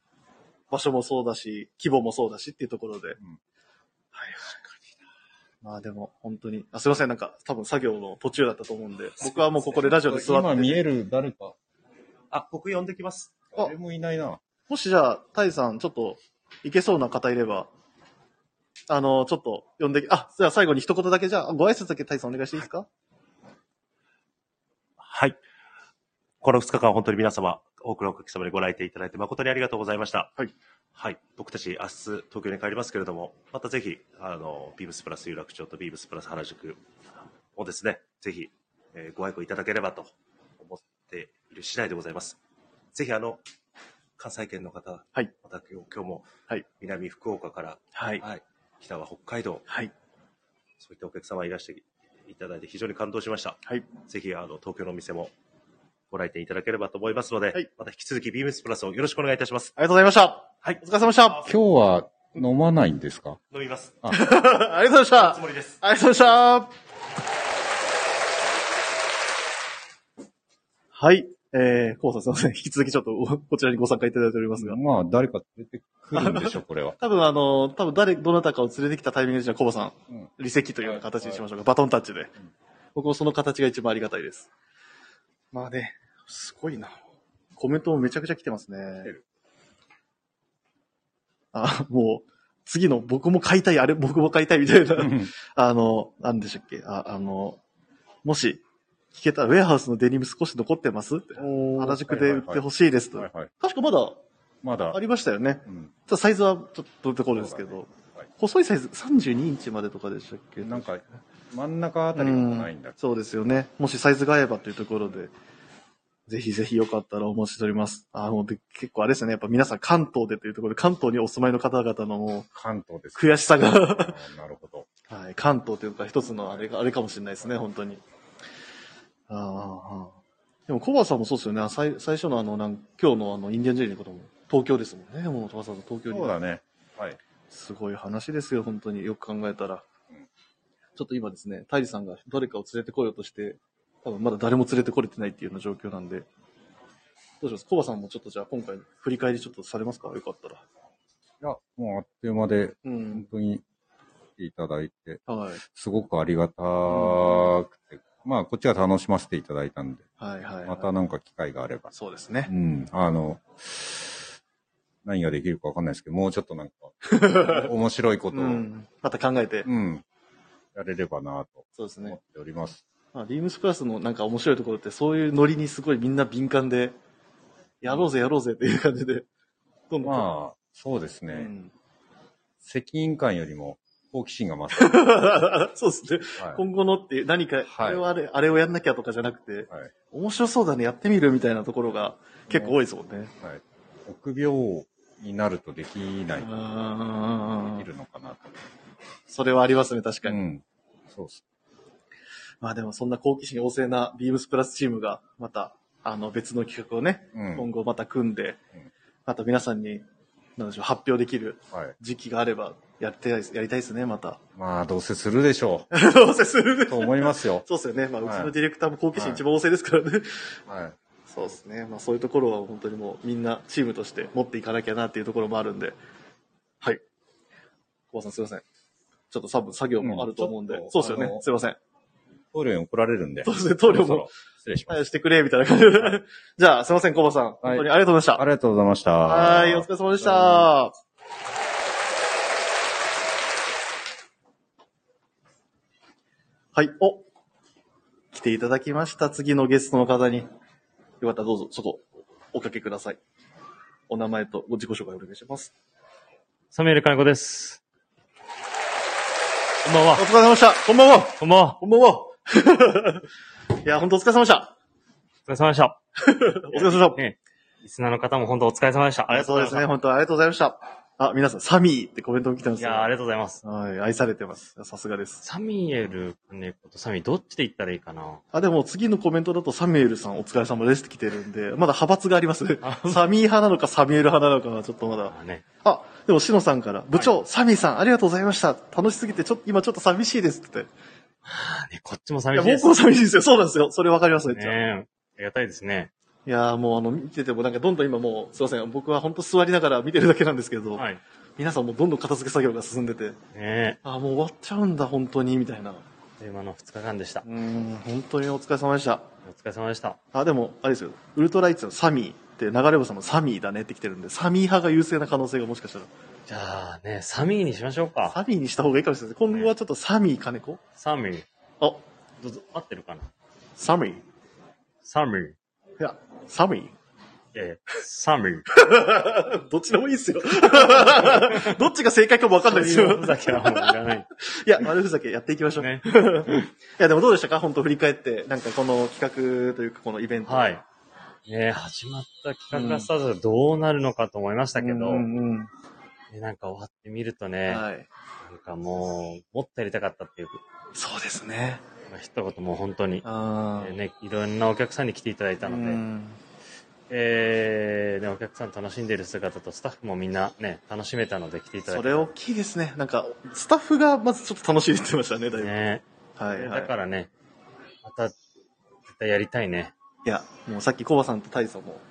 [SPEAKER 1] 場所もそうだし、規模もそうだしっていうところで。はい。まあでも、本当に、あ、すいません、なんか、多分作業の途中だったと思うんで、僕はもうここでラジオで座って
[SPEAKER 2] 今見える誰か、
[SPEAKER 3] あ、僕呼んできます。
[SPEAKER 1] あ
[SPEAKER 2] 誰もいないな。
[SPEAKER 1] もしじゃあ、タイさん、ちょっと、いけそうな方いれば、あの、ちょっと、呼んで、あ、じゃあ最後に一言だけ、じゃあ、ご挨拶だけタイさんお願いしていいですか、
[SPEAKER 3] はい。この2日間、本当に皆様、多くのお客様にご来店いただいて、誠にありがとうございました。
[SPEAKER 1] はい。
[SPEAKER 3] はい。僕たち、明日、東京に帰りますけれども、またぜひ、あの、ビームスプラス有楽町とビームスプラス原宿をですね、ぜひ、えーご愛顧いただければと思っている次第でございます。ぜひ、あの、関西圏の方、
[SPEAKER 1] はい。
[SPEAKER 3] また今日今日も、
[SPEAKER 1] はい
[SPEAKER 3] 南福岡から、
[SPEAKER 1] はい。
[SPEAKER 3] はい。北は北海道、
[SPEAKER 1] はい。
[SPEAKER 3] そういったお客様いらしていただいて非常に感動しました。
[SPEAKER 1] はい。
[SPEAKER 3] ぜひ、あの、東京のお店もご来店いただければと思いますので、
[SPEAKER 1] はい
[SPEAKER 3] また引き続きビームスプラスをよろしくお願いいたします。
[SPEAKER 1] ありがとうございました。
[SPEAKER 3] はい
[SPEAKER 1] お。疲れ様でした。
[SPEAKER 2] 今日は飲まないんですか
[SPEAKER 3] 飲みます。
[SPEAKER 1] ありがとうございま
[SPEAKER 3] つ
[SPEAKER 1] し
[SPEAKER 3] もりです。
[SPEAKER 1] た。ありがとうございました。はい。えー、コウさんすいません。引き続きちょっとお、こちらにご参加いただいておりますが。。
[SPEAKER 2] まあ、誰か連れてくるんでしょ、これは
[SPEAKER 1] 多分あの、多分誰、どなたかを連れてきたタイミングでじゃあ、コバさん、
[SPEAKER 2] うん
[SPEAKER 1] 離席というような形にしましょうか。バトンタッチで。僕もその形が一番ありがたいです。まあね、すごいな。コメントもめちゃくちゃ来てますね。
[SPEAKER 2] てる
[SPEAKER 1] あ、もう、次の僕も買いたい、あれ僕も買いたいみたいな、
[SPEAKER 2] うん
[SPEAKER 1] あの、なんでしたっけああの、もし、聞けたら、ウェアハウスのデニム少し残ってますって原宿で売ってほ
[SPEAKER 2] し
[SPEAKER 1] しいですと。
[SPEAKER 2] はいはい。
[SPEAKER 1] 確かまだ
[SPEAKER 2] まだ
[SPEAKER 1] あ、りましたよね。
[SPEAKER 2] うん。
[SPEAKER 1] ただサイズはちょっとところですけど、
[SPEAKER 2] そうだね
[SPEAKER 1] 細いサイズ32インチまでとかでしたっけ
[SPEAKER 2] はいなんか、真ん中あたりがないんだ
[SPEAKER 1] う
[SPEAKER 2] っ
[SPEAKER 1] そうですよね。もしサイズが合えばというところで、ぜひぜひよかったらお待ちしております。あの、で、結構あれですよね。やっぱ皆さん関東でというところで、関東にお住まいの方々のも
[SPEAKER 2] 関東です。
[SPEAKER 1] う悔しさ
[SPEAKER 2] あ
[SPEAKER 1] が、
[SPEAKER 2] ーなるほど。
[SPEAKER 1] はい、関東というか一つのあれが、あれかもしれないですね、本当に。あーあー、でもコバさんもそうですよね。あ最最初のあの、なん今日のあの、インディアンジェリーのことも、東京ですもんね。もう、トバさんと東京に。
[SPEAKER 2] そうだね。はい。
[SPEAKER 1] すごい話ですよ、本当によく考えたら
[SPEAKER 2] うん。
[SPEAKER 1] ちょっと今ですね、タイジさんが誰かを連れてこようとして、多分まだ誰も連れてこれてないっていうような状況なんで、どうしますコバさんもちょっとじゃあ今回振り返りちょっとされますかよかったら。
[SPEAKER 2] いや、もうあっという間で、
[SPEAKER 1] う
[SPEAKER 2] 本
[SPEAKER 1] ん。
[SPEAKER 2] 当に来ていただいて、
[SPEAKER 1] はい。
[SPEAKER 2] すごくありがたくて、まあ、こっちは楽しませていただいたんで、
[SPEAKER 1] はいはい、はい。
[SPEAKER 2] またなんか機会があれば。
[SPEAKER 1] そうですね
[SPEAKER 2] う。ん、あの、何ができるかわかんないですけど、もうちょっとなんか、 面白いこと
[SPEAKER 1] う
[SPEAKER 2] を、
[SPEAKER 1] ん。また考えて。
[SPEAKER 2] うん、やれればなと
[SPEAKER 1] そうです
[SPEAKER 2] 思
[SPEAKER 1] ね
[SPEAKER 2] っ。ております。
[SPEAKER 1] まあ、ビームスプラスのなんか面白いところって、そういうノリにすごいみんな敏感で、やろうぜやろうぜっていう感じで、どんどん。
[SPEAKER 2] まあ、そうですね。
[SPEAKER 1] うん、
[SPEAKER 2] 責任感よりも好奇心が 勝る。
[SPEAKER 1] そうですね。
[SPEAKER 2] はい
[SPEAKER 1] 今後のっていう何か、あれはあれ、あれをやんなきゃとかじゃなくて、
[SPEAKER 2] はい
[SPEAKER 1] 面白そうだね、やってみるみたいなところが結構多いですもんね。
[SPEAKER 2] はい、臆病になるとできない、
[SPEAKER 1] うんう
[SPEAKER 2] で
[SPEAKER 1] んうんう
[SPEAKER 2] き
[SPEAKER 1] ん
[SPEAKER 2] るのかなと。
[SPEAKER 1] それはありますね、確か
[SPEAKER 2] う
[SPEAKER 1] に。
[SPEAKER 2] ん。そうっす。
[SPEAKER 1] まあでもそんな好奇心旺盛なビームスプラスチームが、また、あの別の企画をね、
[SPEAKER 2] うん
[SPEAKER 1] 今後また組んで
[SPEAKER 2] うん、
[SPEAKER 1] また皆さんに、なんでしょう、発表できる
[SPEAKER 2] はい。
[SPEAKER 1] 時期があれば、やってやりたいですね、また。
[SPEAKER 2] まあ、どうせするでしょ
[SPEAKER 1] どうせするね
[SPEAKER 2] う。と思いますよ
[SPEAKER 1] 。そうですよね。まあ、う
[SPEAKER 2] はい
[SPEAKER 1] ちのディレクターも好奇心一番旺盛ですからね。
[SPEAKER 2] はい。
[SPEAKER 1] そうですね、まあ、そういうところは本当にもうみんなチームとして持っていかなきゃなっていうところもあるんで、はい。小林さんすいません。ちょっと多分作業もあると思うんで、
[SPEAKER 2] うんち
[SPEAKER 1] そ
[SPEAKER 2] ょ
[SPEAKER 1] う
[SPEAKER 2] っと
[SPEAKER 1] ですよね
[SPEAKER 2] あ。の
[SPEAKER 1] すいません。
[SPEAKER 2] 棟梁に怒られるんで。
[SPEAKER 1] そうですね、棟梁
[SPEAKER 2] そろそろ
[SPEAKER 1] も、
[SPEAKER 2] 失礼しま
[SPEAKER 1] はい
[SPEAKER 2] す。
[SPEAKER 1] してくれ、みたいな感じで。じゃあ、すいません、小林さん。本当にありがとうござい
[SPEAKER 2] あ
[SPEAKER 1] まし
[SPEAKER 2] りがとうございました。
[SPEAKER 1] た。は、
[SPEAKER 2] はい
[SPEAKER 1] お疲れ様でした。はい、お来ていただきました、次のゲストの方に。よかったらどうぞ、そこ、おかけください。お名前とご自己紹介お願いします。
[SPEAKER 4] サミュエル金子です。こんばんは
[SPEAKER 1] お。疲れ様でした。こんばんは。
[SPEAKER 4] こんばんは。
[SPEAKER 1] こんばんは。 いや、本当お疲れ様でした。
[SPEAKER 4] お疲れ様でした。
[SPEAKER 1] お疲れ様でした。
[SPEAKER 4] ねリスナーの方も本当お疲れ様でした。
[SPEAKER 1] ありがとうですね。
[SPEAKER 4] ありがと
[SPEAKER 1] 本当ありがとうございました。あ、皆さん、サミーってコメントも来てま
[SPEAKER 4] うございますい
[SPEAKER 1] すよ
[SPEAKER 4] やーありがとうございます。
[SPEAKER 1] はい、愛されてます。さすがです。
[SPEAKER 4] サミュエル金子とサミ、どっちで言ったらいいかな
[SPEAKER 1] あ、でも次のコメントだとサミュエルさんお疲れ様ですって来てる んで、まだ派閥がありますね
[SPEAKER 4] あ。
[SPEAKER 1] サミー派なのかサミュエル派なのかはちょっとまだ。
[SPEAKER 4] あね。
[SPEAKER 1] あ、でもシノさんから、部長、サミーさんありがとうございました。楽しすぎてちょっと今ちょっと寂しいですって言って。
[SPEAKER 4] あね、こっちも
[SPEAKER 1] い
[SPEAKER 4] 寂
[SPEAKER 1] や、
[SPEAKER 4] しいで
[SPEAKER 1] 僕
[SPEAKER 4] す。
[SPEAKER 1] も寂しいですよ。そうなんですよ。それわかりますめっ
[SPEAKER 4] ね
[SPEAKER 1] ちゃ。
[SPEAKER 4] え。ありがたいですね。
[SPEAKER 1] いやーもうあの、見ててもなんかどんどん今もう、すいません。僕は本当座りながら見てるだけなんですけど、
[SPEAKER 4] はい。ね
[SPEAKER 1] 皆さんもうどんどん片付け作業が進んでて、
[SPEAKER 4] え。
[SPEAKER 1] あーもう終わっちゃうんだ、本当に、みたいな。
[SPEAKER 4] 今の2日間でした
[SPEAKER 1] う。ん、本当にお疲れ様でした。
[SPEAKER 4] お疲れ様でした。
[SPEAKER 1] あ、でも、あれですよ。ウルトライツのサミーって、流れ星さんもサミーだねって来てるんで、サミー派が優勢な可能性がもしかしたら。
[SPEAKER 4] じゃあね、サミーにしましょうか。
[SPEAKER 1] サミーにした方がいいかもしれないです。今後はちょっとサミー金子
[SPEAKER 4] サミー。
[SPEAKER 1] あ、
[SPEAKER 4] どうぞ、合ってるかな
[SPEAKER 1] サミー。い
[SPEAKER 4] サミー。
[SPEAKER 1] や、サミ
[SPEAKER 4] ええ、サミー。
[SPEAKER 1] ー。どっちでもいいっすよ。 どっちが正解かもわかんないです
[SPEAKER 4] そういう
[SPEAKER 1] よ
[SPEAKER 4] ふ。ざけはもういらない。
[SPEAKER 1] いや、悪ふざけやっていきましょう。
[SPEAKER 4] ね。
[SPEAKER 1] いや、でもどうでしたか本当振り返って、なんかこの企画というかこのイベント。。
[SPEAKER 4] はいい。ね始まった企画がスタートでどうなるのかと思いました
[SPEAKER 1] だ
[SPEAKER 4] けど、
[SPEAKER 1] うんうん
[SPEAKER 4] ねなんか終わってみると
[SPEAKER 1] う
[SPEAKER 4] ね、
[SPEAKER 1] ん、はい。
[SPEAKER 4] なんかもう、もっとやりたかったっていう、
[SPEAKER 1] そうですね。
[SPEAKER 4] まあ、一言もう本当に、
[SPEAKER 1] あ
[SPEAKER 4] えーね、いろんなお客さんに来ていただいた
[SPEAKER 1] な
[SPEAKER 4] の
[SPEAKER 1] の
[SPEAKER 4] で、
[SPEAKER 1] で。
[SPEAKER 4] えーね、お客さん楽しんでいる姿とスタッフもみんなね、楽しめたので来ていただ
[SPEAKER 1] そ
[SPEAKER 4] い
[SPEAKER 1] れ
[SPEAKER 4] て、
[SPEAKER 1] 大きいですね。なんか、スタッフがまずちょっと楽しいって言ってましたね、だいぶ。
[SPEAKER 4] ね、
[SPEAKER 1] はい、はい。
[SPEAKER 4] だからね、また、絶対やりたいね。
[SPEAKER 1] いや、もうさっきコバさんとタイさんも、はい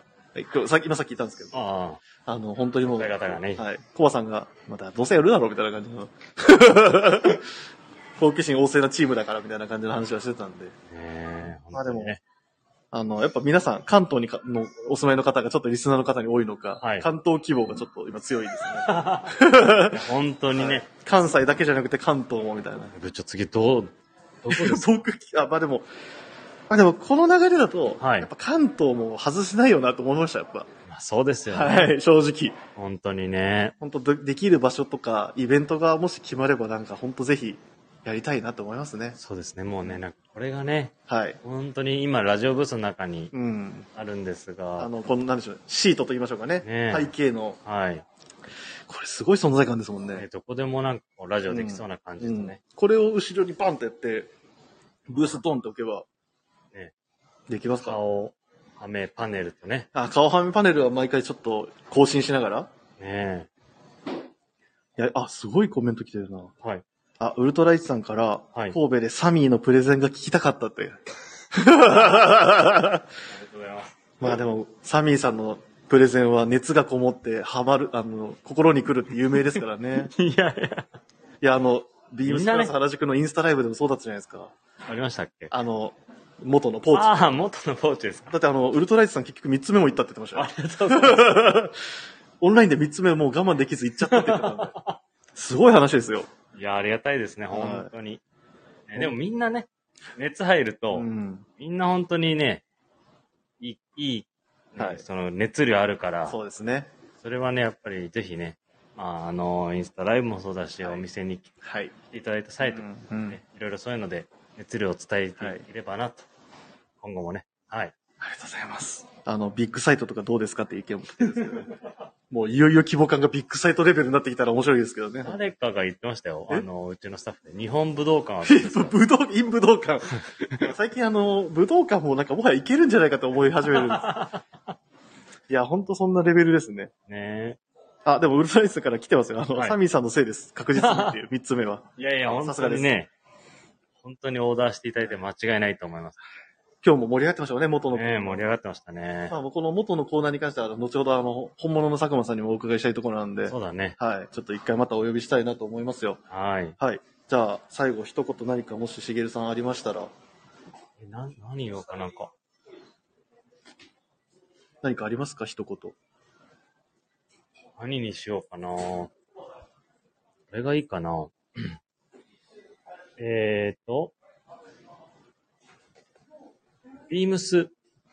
[SPEAKER 1] 今日さっき今さっき言ったんですけど、
[SPEAKER 4] あ
[SPEAKER 1] あの、本当にもう、
[SPEAKER 4] お互い方がね
[SPEAKER 1] はい。コバさんが、またどうせやるだろうみたいな感じの、 好奇心旺盛なチームだからみたいな感じの話はしてたんで、
[SPEAKER 4] あ、ね
[SPEAKER 1] まあでも
[SPEAKER 4] 本当にね
[SPEAKER 1] あの、やっぱ皆さん、関東にかのお住まいの方がちょっとリスナーの方に多いのか、
[SPEAKER 4] はい
[SPEAKER 1] 関東希望がちょっと今強いですね。
[SPEAKER 4] 本当にね、
[SPEAKER 1] 関西だけじゃなくて関東もみたいな。
[SPEAKER 4] 部長次どう、どこです
[SPEAKER 1] 僕、あ、まあでも、まあでもこの流れだと、
[SPEAKER 4] はい
[SPEAKER 1] やっぱ関東も外せないよなと思いました、やっぱ。
[SPEAKER 4] まあそうですよね。
[SPEAKER 1] はい、正直。
[SPEAKER 4] 本当にね。
[SPEAKER 1] 本当でできる場所とか、イベントがもし決まればなんか本当ぜひやりたいなと思いますね。
[SPEAKER 4] そうですね。もうね、なんかこれがね、
[SPEAKER 1] はい。
[SPEAKER 4] 本当に今ラジオブースの中に
[SPEAKER 1] うん。
[SPEAKER 4] あるんです
[SPEAKER 1] あ
[SPEAKER 4] が、
[SPEAKER 1] の、この、なんでしょう、シートと言いましょうかね。
[SPEAKER 4] ねえ
[SPEAKER 1] 背景の、
[SPEAKER 4] はい。
[SPEAKER 1] これすごい存在感ですもんね。
[SPEAKER 4] ねどこでもなんかこうラジオできそうな感じ
[SPEAKER 1] う
[SPEAKER 4] と
[SPEAKER 1] ん
[SPEAKER 4] ね。、
[SPEAKER 1] これを後ろにバンってやって、ブースドンって置けば、
[SPEAKER 4] ね
[SPEAKER 1] できますか
[SPEAKER 4] 顔、はめ、パネルとね。
[SPEAKER 1] あ、顔はめパネルは毎回ちょっと更新しながら。
[SPEAKER 4] ね
[SPEAKER 1] いや、あ、すごいコメント来てるな。
[SPEAKER 4] はい。
[SPEAKER 1] あ、ウルトライチさんから、
[SPEAKER 4] はい
[SPEAKER 1] 神戸でサミーのプレゼンが聞きたかっ たって。
[SPEAKER 4] ありがとうございます。
[SPEAKER 1] まあでも、サミーさんのプレゼンは熱がこもって、ハマる、あの、心に来るって有名ですか らね。
[SPEAKER 4] いやいや。
[SPEAKER 1] いや、あの、ビームスプラ
[SPEAKER 4] みんなね
[SPEAKER 1] ス原宿のインスタライブでもそうだったじゃないですか。
[SPEAKER 4] ありましたっけ
[SPEAKER 1] あの、元のポーチ。
[SPEAKER 4] ああ、元のポーチですか。
[SPEAKER 1] だってあの、ウルトライズさん結局3つ目も行ったって言ってま
[SPEAKER 4] あ
[SPEAKER 1] し
[SPEAKER 4] りがとうございます。
[SPEAKER 1] たよ。オンラインで3つ目もう我慢できず行っちゃったって言ってたんで。すごい話ですよ。
[SPEAKER 4] いや、ありがたいですね、
[SPEAKER 1] はい
[SPEAKER 4] 本当に。ねでもみんなね、熱入ると、
[SPEAKER 1] うん。
[SPEAKER 4] みんな本当にね、いい、いい、
[SPEAKER 1] はい
[SPEAKER 4] その熱量あるから、
[SPEAKER 1] そうですね。
[SPEAKER 4] それはね、やっぱりぜひね、まあ、あの、インスタライブもそうだし、
[SPEAKER 1] はい
[SPEAKER 4] お店に来
[SPEAKER 1] はい。
[SPEAKER 4] ていただいた際と
[SPEAKER 1] う
[SPEAKER 4] か、ね
[SPEAKER 1] んうん
[SPEAKER 4] いろいろそういうので、熱量を伝えていればなと、今後もね、はい。
[SPEAKER 1] ありがとうございます。あの、ビッグサイトとかどうですかって意見も来てるんですけど、ね、もういよいよ規模感がビッグサイトレベルになってきたら面白いですけどね。
[SPEAKER 4] 誰かが言ってましたよ、
[SPEAKER 1] え
[SPEAKER 4] あの、うちのスタッフで、日本武道館はどうですか
[SPEAKER 1] 武道、陰武道館。最近あの、武道館もなんかもはやいけるんじゃないかと思い始めるんです。いや、ほんとそんなレベルですね。
[SPEAKER 4] ね
[SPEAKER 1] あ、でもウルトライスから来てますよ。あの、
[SPEAKER 4] はい
[SPEAKER 1] サミーさんのせいです。確実に っていう、三つ目は。
[SPEAKER 4] いやいや、本
[SPEAKER 1] さすが
[SPEAKER 4] 当
[SPEAKER 1] です
[SPEAKER 4] にね、本当にオーダーしていただいて間違いないと思います。
[SPEAKER 1] 今日も盛り上がってましたよね、元のコーナー。
[SPEAKER 4] ねえ、盛り上がってましたね
[SPEAKER 1] ま。あ、もうこの元のコーナーに関しては、後ほどあの、本物の佐久間さんにもお伺いしたいところなんで、
[SPEAKER 4] そうだね。
[SPEAKER 1] はい。ちょっと一回またお呼びしたいなと思いますよ。
[SPEAKER 4] はい。
[SPEAKER 1] はい。じゃあ、最後一言何かもししげるさんありましたら、
[SPEAKER 4] えな、何言おうかなんか。
[SPEAKER 1] 何かありますか一言。
[SPEAKER 4] 何にしようかなこれがいいかな えーと、ビームス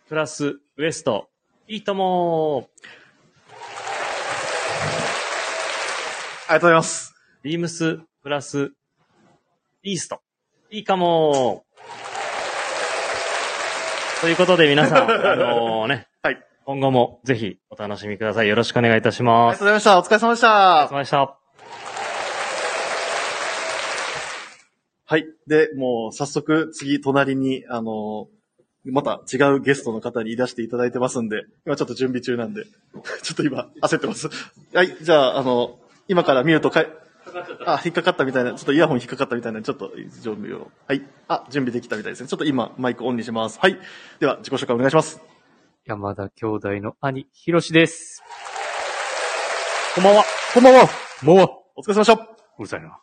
[SPEAKER 4] プラスウエスト、いいとも
[SPEAKER 1] ありがとうございます。
[SPEAKER 4] ビームスプラスイースト、いいかもということで皆 さん、あのね、
[SPEAKER 1] はい。
[SPEAKER 4] 今後もぜひお楽しみください。よろしくお願いいたし
[SPEAKER 1] ありが
[SPEAKER 4] ま
[SPEAKER 1] とう
[SPEAKER 4] す。
[SPEAKER 1] ございました。お疲れ様でし
[SPEAKER 4] お疲
[SPEAKER 1] た
[SPEAKER 4] れ。様でした。
[SPEAKER 1] はい。で、もう早速次隣に、あのーまた違うゲストの方にいらしていただいてますんで、今ちょっと準備中なんで、 ちょっと今焦ってます。はい。じゃあ、あの今からミュートかえ、あ、引っかかったみたいな、ちょっとイヤホン引っかかったみたいな、ちょっと準備を。はい。あ、準備できたみたいですね。ちょっと今マイクオンにします。はい。では、自己紹介お願いします。
[SPEAKER 5] 山田兄弟の兄、ひろしです。
[SPEAKER 4] こんばんは。
[SPEAKER 5] こんばんはもう
[SPEAKER 1] お疲れ様でした。
[SPEAKER 5] うるさいな。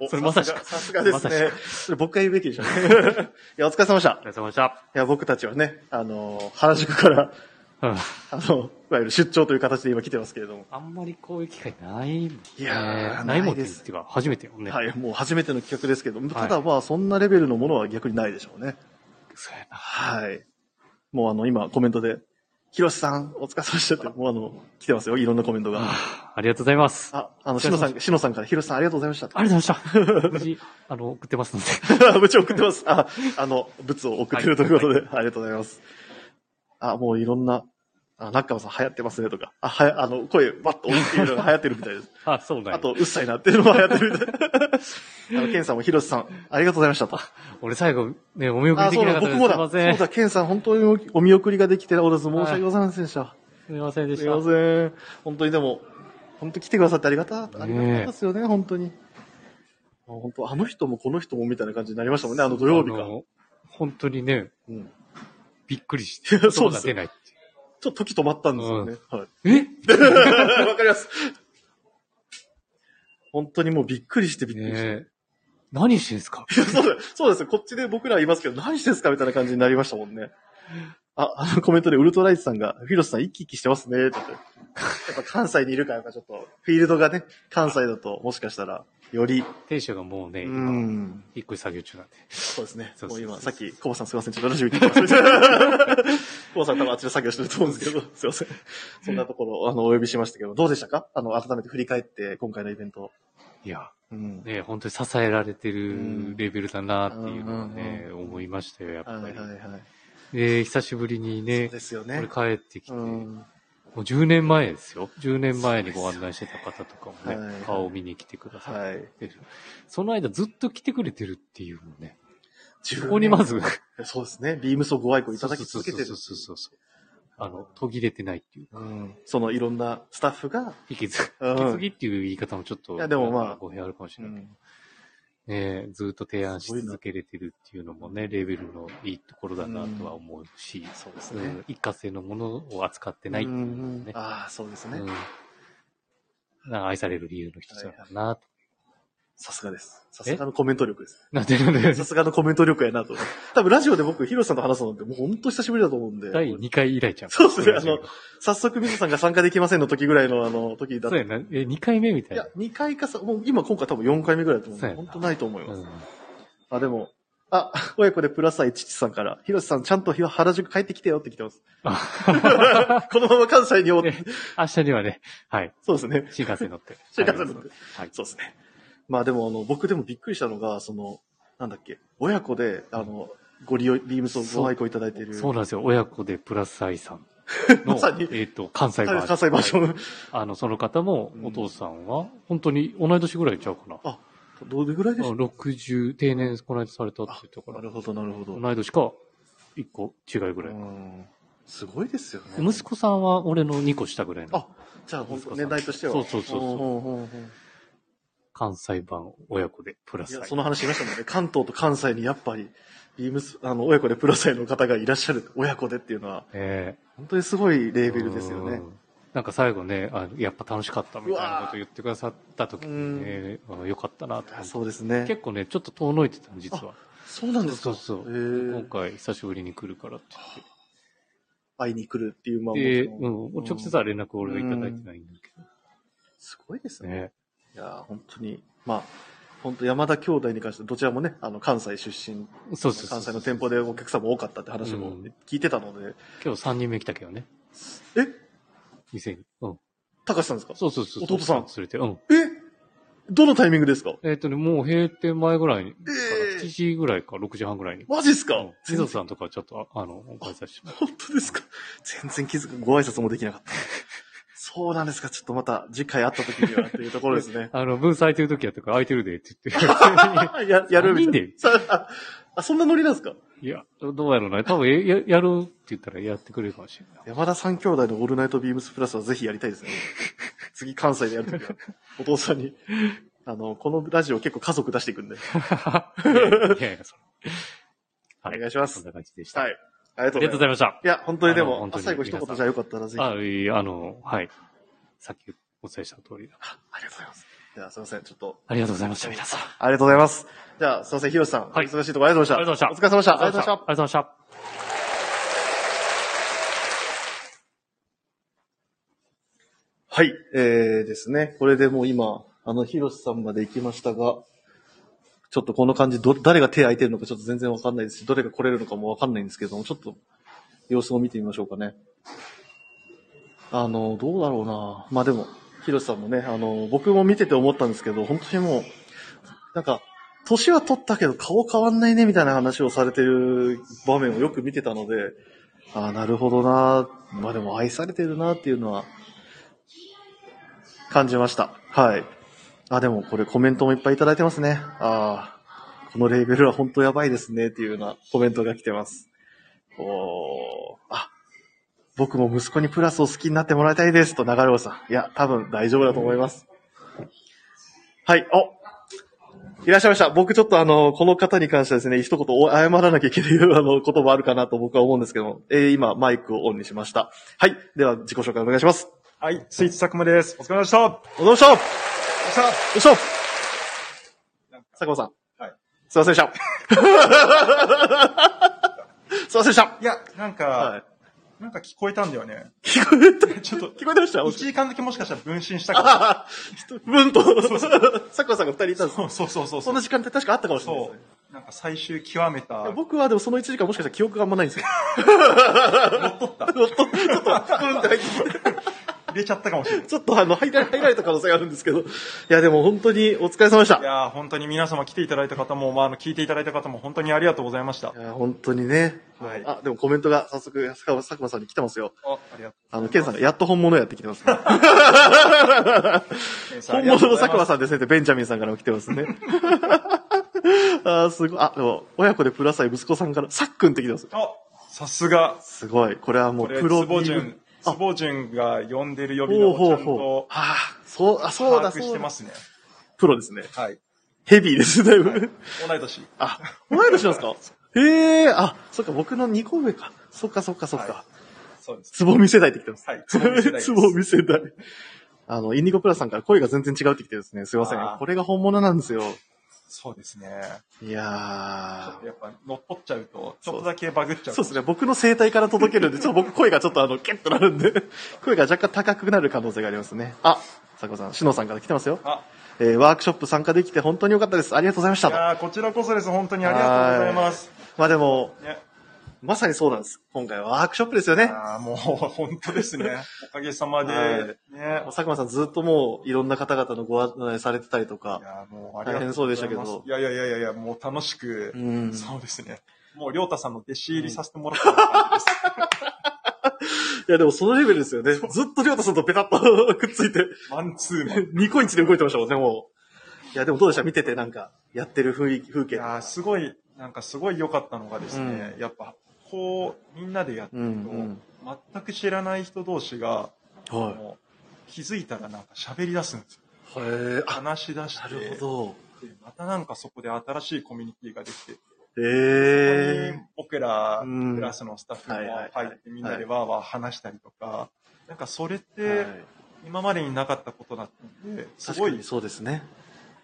[SPEAKER 1] お
[SPEAKER 5] それまさし く
[SPEAKER 1] さすがです
[SPEAKER 5] まさ
[SPEAKER 1] ね。それ僕が言うべきでしょうね。 いや、お疲れ様でした
[SPEAKER 5] お。疲れ様でした。
[SPEAKER 1] いや、僕たちはね、あのー原宿から、
[SPEAKER 5] うん
[SPEAKER 1] あの、いわゆる出張という形で今来てますけれども。
[SPEAKER 5] あんまりこういう機会ないもんね。
[SPEAKER 1] いやー
[SPEAKER 5] ないも
[SPEAKER 1] な
[SPEAKER 5] ん
[SPEAKER 1] い
[SPEAKER 5] ね。
[SPEAKER 1] です
[SPEAKER 5] っていうか、初めてよね。。
[SPEAKER 1] はいい、もう初めての企画ですけど、ただまあ、そんなレベルのものは逆にないでしょうね。
[SPEAKER 5] そうやな。
[SPEAKER 1] はい。もうあの、今コメントで、ひろしさん、お疲れ様でしたって、もうあの、来てますよ、いろんなコメントが。
[SPEAKER 5] ありがとうございます。あ
[SPEAKER 1] あ、あの、しのさん、しのさんから、ひろしさんありがとうございましたって。
[SPEAKER 5] りがとうございました。無事、あの、送ってますので。
[SPEAKER 1] ぶち送ってます。あ、あの、物を送ってるということで、ありがとうございます。あ、もういろんな、あ、中川さん流行ってますねとか、あ、はや、あの、声バッと大きいのが流行ってるみたいです。
[SPEAKER 5] あ、そうなんや
[SPEAKER 1] あと、うっさいなっていうのも流行ってるみたい。 あの、ケンさんも、ひろしさん、ありがとうございましたと。
[SPEAKER 5] 俺最後、ね、お見送り
[SPEAKER 1] あ、
[SPEAKER 5] で
[SPEAKER 1] そう
[SPEAKER 5] きな
[SPEAKER 1] だ、
[SPEAKER 5] かった
[SPEAKER 1] 僕
[SPEAKER 5] です。
[SPEAKER 1] もだ。
[SPEAKER 5] すい
[SPEAKER 1] そ
[SPEAKER 5] ませ。
[SPEAKER 1] うんだ、ケンさん、本当にお見送りができておらず、申し訳ございませんでした。
[SPEAKER 5] すみませんですし
[SPEAKER 1] い
[SPEAKER 5] た。
[SPEAKER 1] ません。本当にでも、本当来てくださってありがた、ありがたいですよね、本当に。もう本当、あの人もこの人もみたいな感じになりましたもんね、あの土曜日
[SPEAKER 5] あ
[SPEAKER 1] が。
[SPEAKER 5] の本当にね、
[SPEAKER 1] うん
[SPEAKER 5] びっくりし
[SPEAKER 1] いや
[SPEAKER 5] て。
[SPEAKER 1] そうで
[SPEAKER 5] 音が
[SPEAKER 1] す
[SPEAKER 5] 出ないってい
[SPEAKER 1] ちょっと時止まったんですよね。はい。
[SPEAKER 5] う。え
[SPEAKER 1] わかります。本当にもうびっくりしてびっくりして。
[SPEAKER 5] ねえ何してんすか
[SPEAKER 1] そうだそうです。こっちで僕らいますけど、何してんすかみたいな感じになりましたもんね。あ、あのコメントでウルトライズさんが、フィロスさん生き生きしてますね、って言って。やっぱ関西にいるからか、ちょっと、フィールドがね、関西だと、もしかしたら、より、
[SPEAKER 5] 店主がもうね、
[SPEAKER 1] う
[SPEAKER 5] 今、
[SPEAKER 1] ん。
[SPEAKER 5] 一個作業中なんで。
[SPEAKER 1] そうですね。
[SPEAKER 5] そう
[SPEAKER 1] も
[SPEAKER 5] そう
[SPEAKER 1] う
[SPEAKER 5] そう
[SPEAKER 1] 今、さっき、コバさんすいません、ちょっとラジオ見てきま した。コバさん多分あっちで作業してると思うんですけど、すいません。そんなところ、あの、お呼びしましたけど、どうでしたかあの、改めて振り返って、今回のイベント。
[SPEAKER 5] いや、
[SPEAKER 1] うん。
[SPEAKER 5] ね、本当に支えられて
[SPEAKER 1] うん
[SPEAKER 5] るレベルだなっていうのは
[SPEAKER 1] う
[SPEAKER 5] ね
[SPEAKER 1] ん、うんうん
[SPEAKER 5] 思いましたよ、やっ
[SPEAKER 1] はい
[SPEAKER 5] ぱ
[SPEAKER 1] はい
[SPEAKER 5] り。
[SPEAKER 1] はい。
[SPEAKER 5] で、久しぶりに
[SPEAKER 1] そう
[SPEAKER 5] ね、
[SPEAKER 1] ですよね。
[SPEAKER 5] これ帰ってきて、
[SPEAKER 1] う
[SPEAKER 5] も
[SPEAKER 1] ん。
[SPEAKER 5] う10年前ですよ。10年前にご案内してた方とかも
[SPEAKER 1] はい
[SPEAKER 5] ね、顔を見に来てくださっ
[SPEAKER 1] はい。
[SPEAKER 5] てる。その間ずっと来てくれてるっていうのね。
[SPEAKER 1] そ
[SPEAKER 5] ここにまず、
[SPEAKER 1] そうですね。ビームソご愛顧いただき続けてる
[SPEAKER 5] そう。そうそうそうそう。あの、途切れてないっていう。
[SPEAKER 1] うん。そのいろんなスタッフが、
[SPEAKER 5] 引き継ぎ、
[SPEAKER 1] うん
[SPEAKER 5] 引き継ぎっていう言い方もちょっと、
[SPEAKER 1] いやでもまあ
[SPEAKER 5] 語弊あるかもし
[SPEAKER 1] う
[SPEAKER 5] れないけど。
[SPEAKER 1] ん、
[SPEAKER 5] ね、ずっと提案し続けれてるっていうのもね、レベルのいいところだなとは思うし、
[SPEAKER 1] そうです
[SPEAKER 5] う
[SPEAKER 1] ね
[SPEAKER 5] ん。一過性のものを扱ってないっていうのもね、
[SPEAKER 1] ああ、そうですね。
[SPEAKER 5] うんなんか愛される理由の一つなのか なと。
[SPEAKER 1] さすがです。さすがのコメント力です。
[SPEAKER 5] なんてなんで
[SPEAKER 1] さすがのコメント力やなと。多分ラジオで僕、ヒロさんと話すのってもうほんと久しぶりだと思うんで。
[SPEAKER 5] 第2回以来じゃん。
[SPEAKER 1] そうっすねあの早速、水さんが参加できませんの時ぐらいの、あの、時だっ
[SPEAKER 5] そう
[SPEAKER 1] た。
[SPEAKER 5] やな。え、2回目みた
[SPEAKER 1] い
[SPEAKER 5] いな
[SPEAKER 1] や。、2回かさ、もう今今回多分4回目ぐらいだと思うん
[SPEAKER 5] そ
[SPEAKER 1] で、
[SPEAKER 5] うやな
[SPEAKER 1] ほんとないと思います。
[SPEAKER 5] うん
[SPEAKER 1] あ、でも、あ、親子でプラス愛父さんから、ヒロさんちゃんと原宿帰ってきてよって来て ます。 このまま関西におって、
[SPEAKER 5] 明日にはね、はい。
[SPEAKER 1] そうですね。
[SPEAKER 5] 新幹線乗って。
[SPEAKER 1] 新幹線乗って
[SPEAKER 5] はい。
[SPEAKER 1] そうですね。まあでも、あの、僕でもびっくりしたのが、その、なんだっけ、親子で、あの、ご利用、ビームソーご愛顧いただいている。
[SPEAKER 5] そうなんですよ。親子でプラス愛さん の、
[SPEAKER 1] まさに
[SPEAKER 5] えっ、と、関西バージョン。
[SPEAKER 1] 関西バージョン。
[SPEAKER 5] あの、その方も
[SPEAKER 1] うん
[SPEAKER 5] お父さんは、本当に同い年ぐらいちゃうかな。
[SPEAKER 1] あどれぐらいでしょう
[SPEAKER 5] 60、定年この間されたって言ったか
[SPEAKER 1] な
[SPEAKER 5] ら、
[SPEAKER 1] るほど、なるほど。
[SPEAKER 5] 同い年か、1個違いぐらい。
[SPEAKER 1] うんすごいですよね。
[SPEAKER 5] 息子さんは俺の2個下ぐらいの
[SPEAKER 1] あ、じゃあ本
[SPEAKER 5] 息
[SPEAKER 1] 当
[SPEAKER 5] 子さ
[SPEAKER 1] 年
[SPEAKER 5] ん
[SPEAKER 1] 代としては。
[SPEAKER 5] そうそうそうそうん
[SPEAKER 1] んんうん
[SPEAKER 5] 関西版親子でプラ
[SPEAKER 1] い
[SPEAKER 5] ス
[SPEAKER 1] や、
[SPEAKER 5] 愛
[SPEAKER 1] その話しましたもんね。関東と関西にやっぱり、ビームス、あの、親子でプロサイの方がいらっしゃる、親子でっていうのは、
[SPEAKER 5] え
[SPEAKER 1] 本当にすごいレ
[SPEAKER 5] え
[SPEAKER 1] ベルですよね
[SPEAKER 5] う。んなんか最後ねあ、やっぱ楽しかったみたいなこと言ってくださった時にね、あよかったな
[SPEAKER 1] あ
[SPEAKER 5] と思って。
[SPEAKER 1] そうですね。
[SPEAKER 5] 結構ね、ちょっと遠のいてたの、実は。
[SPEAKER 1] そうなんです
[SPEAKER 5] そ
[SPEAKER 1] か
[SPEAKER 5] うそう。
[SPEAKER 1] へー
[SPEAKER 5] 今回久しぶりに来るからって言って。
[SPEAKER 1] 会いに来るっていう、まあ、
[SPEAKER 5] で、
[SPEAKER 1] も
[SPEAKER 5] う
[SPEAKER 1] ろん
[SPEAKER 5] ん、直接は連絡俺がいただいてないんだけ
[SPEAKER 1] すごいです
[SPEAKER 5] ど
[SPEAKER 1] ね。
[SPEAKER 5] ね。
[SPEAKER 1] いや、本当に、まあ、本当山田兄弟に関して、どちらもね、あの、関西出身、
[SPEAKER 5] そうそうそう
[SPEAKER 1] 関西の店舗でお客様多かったって話も
[SPEAKER 5] うん
[SPEAKER 1] 聞いてたので、
[SPEAKER 5] 今日3人目来たけどね、
[SPEAKER 1] え、
[SPEAKER 5] 店に。うん。
[SPEAKER 1] 高橋さんですか
[SPEAKER 5] そうそうそう。
[SPEAKER 1] 弟さん
[SPEAKER 5] 連れて。うん。
[SPEAKER 1] えどのタイミングですか
[SPEAKER 5] えっ、とね、もう閉店前ぐらいに、
[SPEAKER 1] ええ
[SPEAKER 5] 7時ぐらいか6時半ぐらいに。
[SPEAKER 1] マジっすか
[SPEAKER 5] うん水野さんとかちょっと、ああの、 お返しさせてもら。
[SPEAKER 1] 本当ですか全然気づく、ご挨拶もできなかった。 そうなんですかちょっとまた次回会った時にはっていうところですね
[SPEAKER 5] うあの、ブース空いてる時やったから空いてるでって 言って。
[SPEAKER 1] や、やるみたい
[SPEAKER 5] 三人で
[SPEAKER 1] な。さあ、あ、そんなノリなんですか
[SPEAKER 5] いや、どうやろうな。多分えや、やるって言ったらやってくれるかもし れない。
[SPEAKER 1] 山田三兄弟のオールナイトビームスプラスはぜひやりたいです ね。次関西でやるときは、お父さんに。あの、このラジオ結構家族出していくんで、
[SPEAKER 5] いやいや、それ。
[SPEAKER 1] お
[SPEAKER 5] はい
[SPEAKER 1] 願いしま
[SPEAKER 5] そん
[SPEAKER 1] す。
[SPEAKER 5] な感じでした。
[SPEAKER 1] は
[SPEAKER 5] あ
[SPEAKER 1] い。ありがとう
[SPEAKER 5] り
[SPEAKER 1] ござ
[SPEAKER 5] が
[SPEAKER 1] いうます。
[SPEAKER 5] とございました。
[SPEAKER 1] いや、本当にで
[SPEAKER 5] あの
[SPEAKER 1] も
[SPEAKER 5] 本、当に
[SPEAKER 1] 最後一言じゃあよかったらぜひ。
[SPEAKER 5] あ、いいあの、はい。さっきお伝えした通りだ。
[SPEAKER 1] ありがとうございます。じゃあ、すいません。ちょっと。
[SPEAKER 5] ありがとうございました、皆さん。あ
[SPEAKER 1] ありがとうございます。じゃあ、すいません。ひろしさん。
[SPEAKER 5] はい
[SPEAKER 1] お忙しいところありがとうございました。
[SPEAKER 5] ありがとうございました
[SPEAKER 1] お疲れ様でした。ありがとうございました。
[SPEAKER 5] ありがとうございました。
[SPEAKER 1] はい。えーですね。これでもう今、あの、ヒロシさんまで行きましたが、ちょっとこの感じ、ど、誰が手空いてるのかちょっと全然わかんないですし、どれが来れるのかもわかんないんですけども、ちょっと、様子を見てみましょうかね。あの、どうだろうなまあでも、ヒロシさんもね、あの、僕も見てて思ったんですけど、本当にもう、なんか、年は取ったけど顔変わんないねみたいな話をされてる場面をよく見てたので、ああ、なるほどなまあでも愛されてるなっていうのは感じました。はい。あ、でもこれコメントもいっぱいいただいてますね。ああ、このレーベルは本当やばいですねっていうようなコメントが来てます。おーあ、僕も息子にプラスを好きになってもらいたいですと流れ星さん。いや、多分大丈夫だと思います。はい、おいらっしゃいました。僕ちょっとあの、この方に関してはですね、一言お謝らなきゃいけないあの言葉あるかなと僕は思うんですけども、えー今マイクをオンにしました。はい。では自己紹介お願いします。
[SPEAKER 6] はい、スイッチ佐久間です。お疲れ様でした。よ
[SPEAKER 1] おどうした
[SPEAKER 6] っしゃ
[SPEAKER 1] よいしょ佐久間さん。
[SPEAKER 6] はい。
[SPEAKER 1] すいませんでした。佐ませんでした。
[SPEAKER 6] いや、なんか、
[SPEAKER 1] はい。
[SPEAKER 6] なんか聞こえたんだよね。
[SPEAKER 1] 聞こえた、
[SPEAKER 6] ちょっ と、
[SPEAKER 1] 聞こえてました
[SPEAKER 6] 1時間だけもしかしたら分身したか
[SPEAKER 1] ああ、文と、さくらさんが二人いたんです。
[SPEAKER 6] も。そうそうそう
[SPEAKER 1] そ
[SPEAKER 6] そ
[SPEAKER 1] んな
[SPEAKER 6] う。
[SPEAKER 1] 時間って確かあったかもしれないです
[SPEAKER 6] そ
[SPEAKER 1] ね。
[SPEAKER 6] う。なんか最終極めた。
[SPEAKER 1] 僕はでもその1時間もしかしたら記憶があんまないんですよ。
[SPEAKER 6] 入れちゃったかもしれない。
[SPEAKER 1] ちょっとあの、入ら入られた可能性があるんですけど。いや、でも本当にお疲れ様でした。
[SPEAKER 6] いやー本当に皆様来ていただいた方も、まあ、あの、聞いていただいた方も本当にありがとうございました。
[SPEAKER 1] いや本当にね。
[SPEAKER 6] はい。あ、
[SPEAKER 1] あ、でもコメントが早速、佐久間さんに来てますよ。
[SPEAKER 6] ありがと
[SPEAKER 1] あの、ケンさんがやっと本物やってきてま す、ね。
[SPEAKER 6] う。
[SPEAKER 1] 本物の佐久間
[SPEAKER 6] ん。
[SPEAKER 1] さんですねって、ベンジャミンさんからも来てますね。 あーすごい。あ、でも、親子でプラスイ息子さんから、さっくんって来てます。
[SPEAKER 6] あ、さすが。
[SPEAKER 1] すごい。これはも
[SPEAKER 6] こ
[SPEAKER 1] う、
[SPEAKER 6] れ、
[SPEAKER 1] プ
[SPEAKER 6] つ
[SPEAKER 1] ロビ
[SPEAKER 6] ぼじゅ
[SPEAKER 1] ー
[SPEAKER 6] ん
[SPEAKER 1] ム。あ
[SPEAKER 6] つぼじゅんが呼んでる呼び名
[SPEAKER 1] ほうほ
[SPEAKER 6] を
[SPEAKER 1] う
[SPEAKER 6] ちゃん
[SPEAKER 1] ほう
[SPEAKER 6] と。
[SPEAKER 1] ああ、そう、あ、そう
[SPEAKER 6] 把
[SPEAKER 1] だ、
[SPEAKER 6] 握して
[SPEAKER 1] そうだ
[SPEAKER 6] ま。すね。
[SPEAKER 1] プロですね。
[SPEAKER 6] はい。
[SPEAKER 1] ヘビーです、だいぶ。
[SPEAKER 6] 同い年。
[SPEAKER 1] あ、同い年なんですかへえ、あ、そっか、僕の2個上か。そっか、そっか、そっ
[SPEAKER 6] は
[SPEAKER 1] か。
[SPEAKER 6] そうです。
[SPEAKER 1] つぼみ世代って来てます。
[SPEAKER 6] はい。つぼみ世代です
[SPEAKER 1] つぼみ世代。あの、インディゴプラスさんから声が全然違うってきてですね、すいません
[SPEAKER 6] あ。ー
[SPEAKER 1] これが本物なんですよ。
[SPEAKER 6] そうですね。
[SPEAKER 1] いや
[SPEAKER 6] ちょっ
[SPEAKER 1] ー
[SPEAKER 6] と。やっぱ乗っ取っちゃうと、ちょっとだけバグっちゃう。
[SPEAKER 1] そうですね。僕の声帯から届けるんで、ちょっと僕声がちょっとあの、キュッとなるんで、 声が若干高くなる可能性がありますね。あ、佐子さん、しのさんから来てますよ。
[SPEAKER 6] あ、
[SPEAKER 1] えーワークショップ参加できて本当に良かったです。ありがとうございまし
[SPEAKER 6] い
[SPEAKER 1] た。
[SPEAKER 6] やーこちらこそです。本当にありがとうございます。
[SPEAKER 1] まあでも、
[SPEAKER 6] ね、
[SPEAKER 1] まさにそうなんです。今回はワークショップですよね。
[SPEAKER 6] あーもう本当ですね。おかげさまで、
[SPEAKER 1] はい
[SPEAKER 6] ね。いや
[SPEAKER 1] もう佐久間さんずっともういろんな方々のご案内されてたりとか、
[SPEAKER 6] ーもうありがとうございます
[SPEAKER 1] 大変そうでしたけど
[SPEAKER 6] いやいやいやいやいや、もう楽しく、
[SPEAKER 1] うん
[SPEAKER 6] そうですね。もう、りょうたさんの弟子入りさせてもらった感じ です。
[SPEAKER 1] いやでもそのレベルですよね。ずっとりょうたさんとペタッとくっついて、
[SPEAKER 6] マンツーマン。い
[SPEAKER 1] ニコイチで動いてましたもんね、もう。いやでもどうでした見ててなんか、やってる雰囲気、風景。
[SPEAKER 6] やーすごい、なんかすごい良かったのがですね、やっぱ、こう、みんなでやって
[SPEAKER 1] う
[SPEAKER 6] ると、
[SPEAKER 1] ん、
[SPEAKER 6] 全く知らない人同士が、
[SPEAKER 1] うん。はい。
[SPEAKER 6] もう気づいたらなんか喋り出すんですよ。
[SPEAKER 1] へえ、あ、
[SPEAKER 6] 話し出して、
[SPEAKER 1] なるほ
[SPEAKER 6] でまたなんかそこで新しいコミュニティができて、
[SPEAKER 1] ど。
[SPEAKER 6] そこ
[SPEAKER 1] へ
[SPEAKER 6] に僕ら
[SPEAKER 1] うん
[SPEAKER 6] クラスのスタッフも
[SPEAKER 1] はいはいはい
[SPEAKER 6] 入ってみんなでわーわー話したりとか、なんかそれっ
[SPEAKER 1] え。
[SPEAKER 6] て今までになかったことだったんで、す
[SPEAKER 1] 確
[SPEAKER 6] ご
[SPEAKER 1] か
[SPEAKER 6] い
[SPEAKER 1] にそうですね。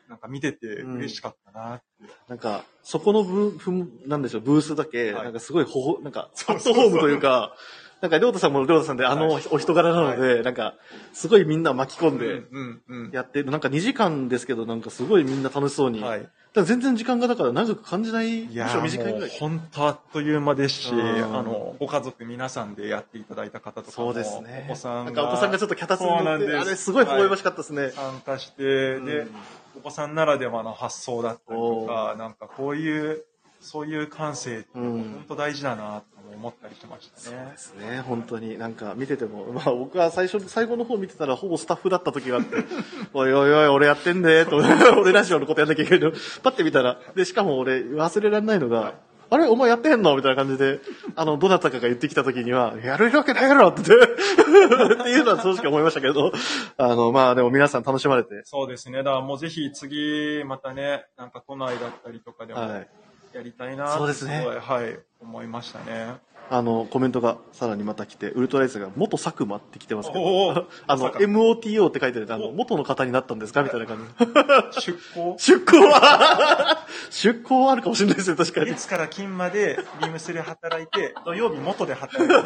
[SPEAKER 6] なんか見てて嬉しかったなって。
[SPEAKER 1] なんか、そこのブーふん、なんでしょう、ブースだけ、
[SPEAKER 6] はい
[SPEAKER 1] なんかすごいほほ、なんか、ア
[SPEAKER 6] そう
[SPEAKER 1] ッ
[SPEAKER 6] そ
[SPEAKER 1] ト
[SPEAKER 6] うそう
[SPEAKER 1] ホームというか、なんか、りょうたさんもりょうたさんで、あの
[SPEAKER 6] はい
[SPEAKER 1] お人柄なので、なんか、すごいみんな巻き込んで
[SPEAKER 6] うんうんうん
[SPEAKER 1] やってる、なんか2時間ですけど、なんかすごいみんな楽しそうに。
[SPEAKER 6] はい、
[SPEAKER 1] でも全然時間がだから長く感じない、む
[SPEAKER 6] い
[SPEAKER 1] し
[SPEAKER 6] や
[SPEAKER 1] ろ短いぐらい。
[SPEAKER 6] 本当あっという間ですし、
[SPEAKER 1] うん
[SPEAKER 6] あの、ご家族皆さんでやっていただいた方とかも、
[SPEAKER 1] そうですね。
[SPEAKER 6] お子さんが、
[SPEAKER 1] なんかお子さんがちょっと脚立に
[SPEAKER 6] そう
[SPEAKER 1] 乗
[SPEAKER 6] な
[SPEAKER 1] っ
[SPEAKER 6] んで
[SPEAKER 1] て、
[SPEAKER 6] す
[SPEAKER 1] あれすごい微笑ましかったですね。
[SPEAKER 6] 参加して、
[SPEAKER 1] う
[SPEAKER 6] で
[SPEAKER 1] ん、
[SPEAKER 6] お子さんならではの発想だったりとか、なんかこういう、そういう感性って
[SPEAKER 1] うん
[SPEAKER 6] 本当大事だなとも思ったりしました
[SPEAKER 1] そう
[SPEAKER 6] ね
[SPEAKER 1] で。すね、本当に。なんか見てても、まあ僕は最初、最後の方見てたらほぼスタッフだった時があって、 おいおいおい、俺やってんで、と、 俺ラジオのことやんなきゃいけないの。パッて見たら、で、しかも俺忘れられないのが、あれお前やってへんのみたいな感じで、あの、どなたかが言ってきた時には、やれるわけないやろって 言って、っていうのは正直思いましたけど、あの、まあでも皆さん楽しまれて、
[SPEAKER 6] そうですね。だからもうぜひ次、またね、なんか都内だったりとかでも
[SPEAKER 1] はい。
[SPEAKER 6] やりたいな
[SPEAKER 1] そう
[SPEAKER 6] って
[SPEAKER 1] です
[SPEAKER 6] す
[SPEAKER 1] ね
[SPEAKER 6] ごい、はい、思いましたね。
[SPEAKER 1] あの、コメントがさらにまた来て、ウルトライスが元佐久間って来てますけど、
[SPEAKER 6] おお
[SPEAKER 1] あの、
[SPEAKER 6] まさか
[SPEAKER 1] MOTO って書いてあるあの、
[SPEAKER 6] お
[SPEAKER 1] 元の方になったんですかみたいな感じ。
[SPEAKER 6] 出向
[SPEAKER 1] 出向は出向はあるかもしれないですね、確かに。
[SPEAKER 6] 月から金までビームスで働いて、土曜日元で働いて、めっ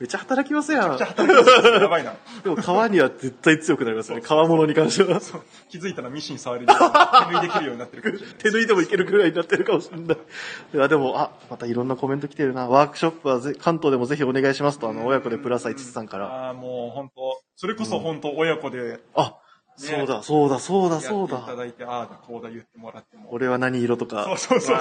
[SPEAKER 1] めっちゃ働きますやん
[SPEAKER 6] ちゃ。働いてますやばいな。
[SPEAKER 1] でも川には絶対強くなりますよね。川物に関しては。
[SPEAKER 6] そう気づいたらミシン触れるようになって手縫いできるようになってるかもしれない。
[SPEAKER 1] 手縫いでもいけるくらいになってるかもしれない。 いや、でも、あ、またいろんなコメント来てるな。ワークショップはぜ関東でもぜひお願いしますと、あの、親子でプラサイチツさんから。
[SPEAKER 6] ああ、もう本当、それこそ本当親子で
[SPEAKER 1] あ、そうだ、そうだ、そう
[SPEAKER 6] や
[SPEAKER 1] だ、
[SPEAKER 6] って
[SPEAKER 1] そう
[SPEAKER 6] いた
[SPEAKER 1] だ。
[SPEAKER 6] だいて、ああだこうだ言ってもらっても。
[SPEAKER 1] 俺は何色とか。
[SPEAKER 6] そうそうそうそう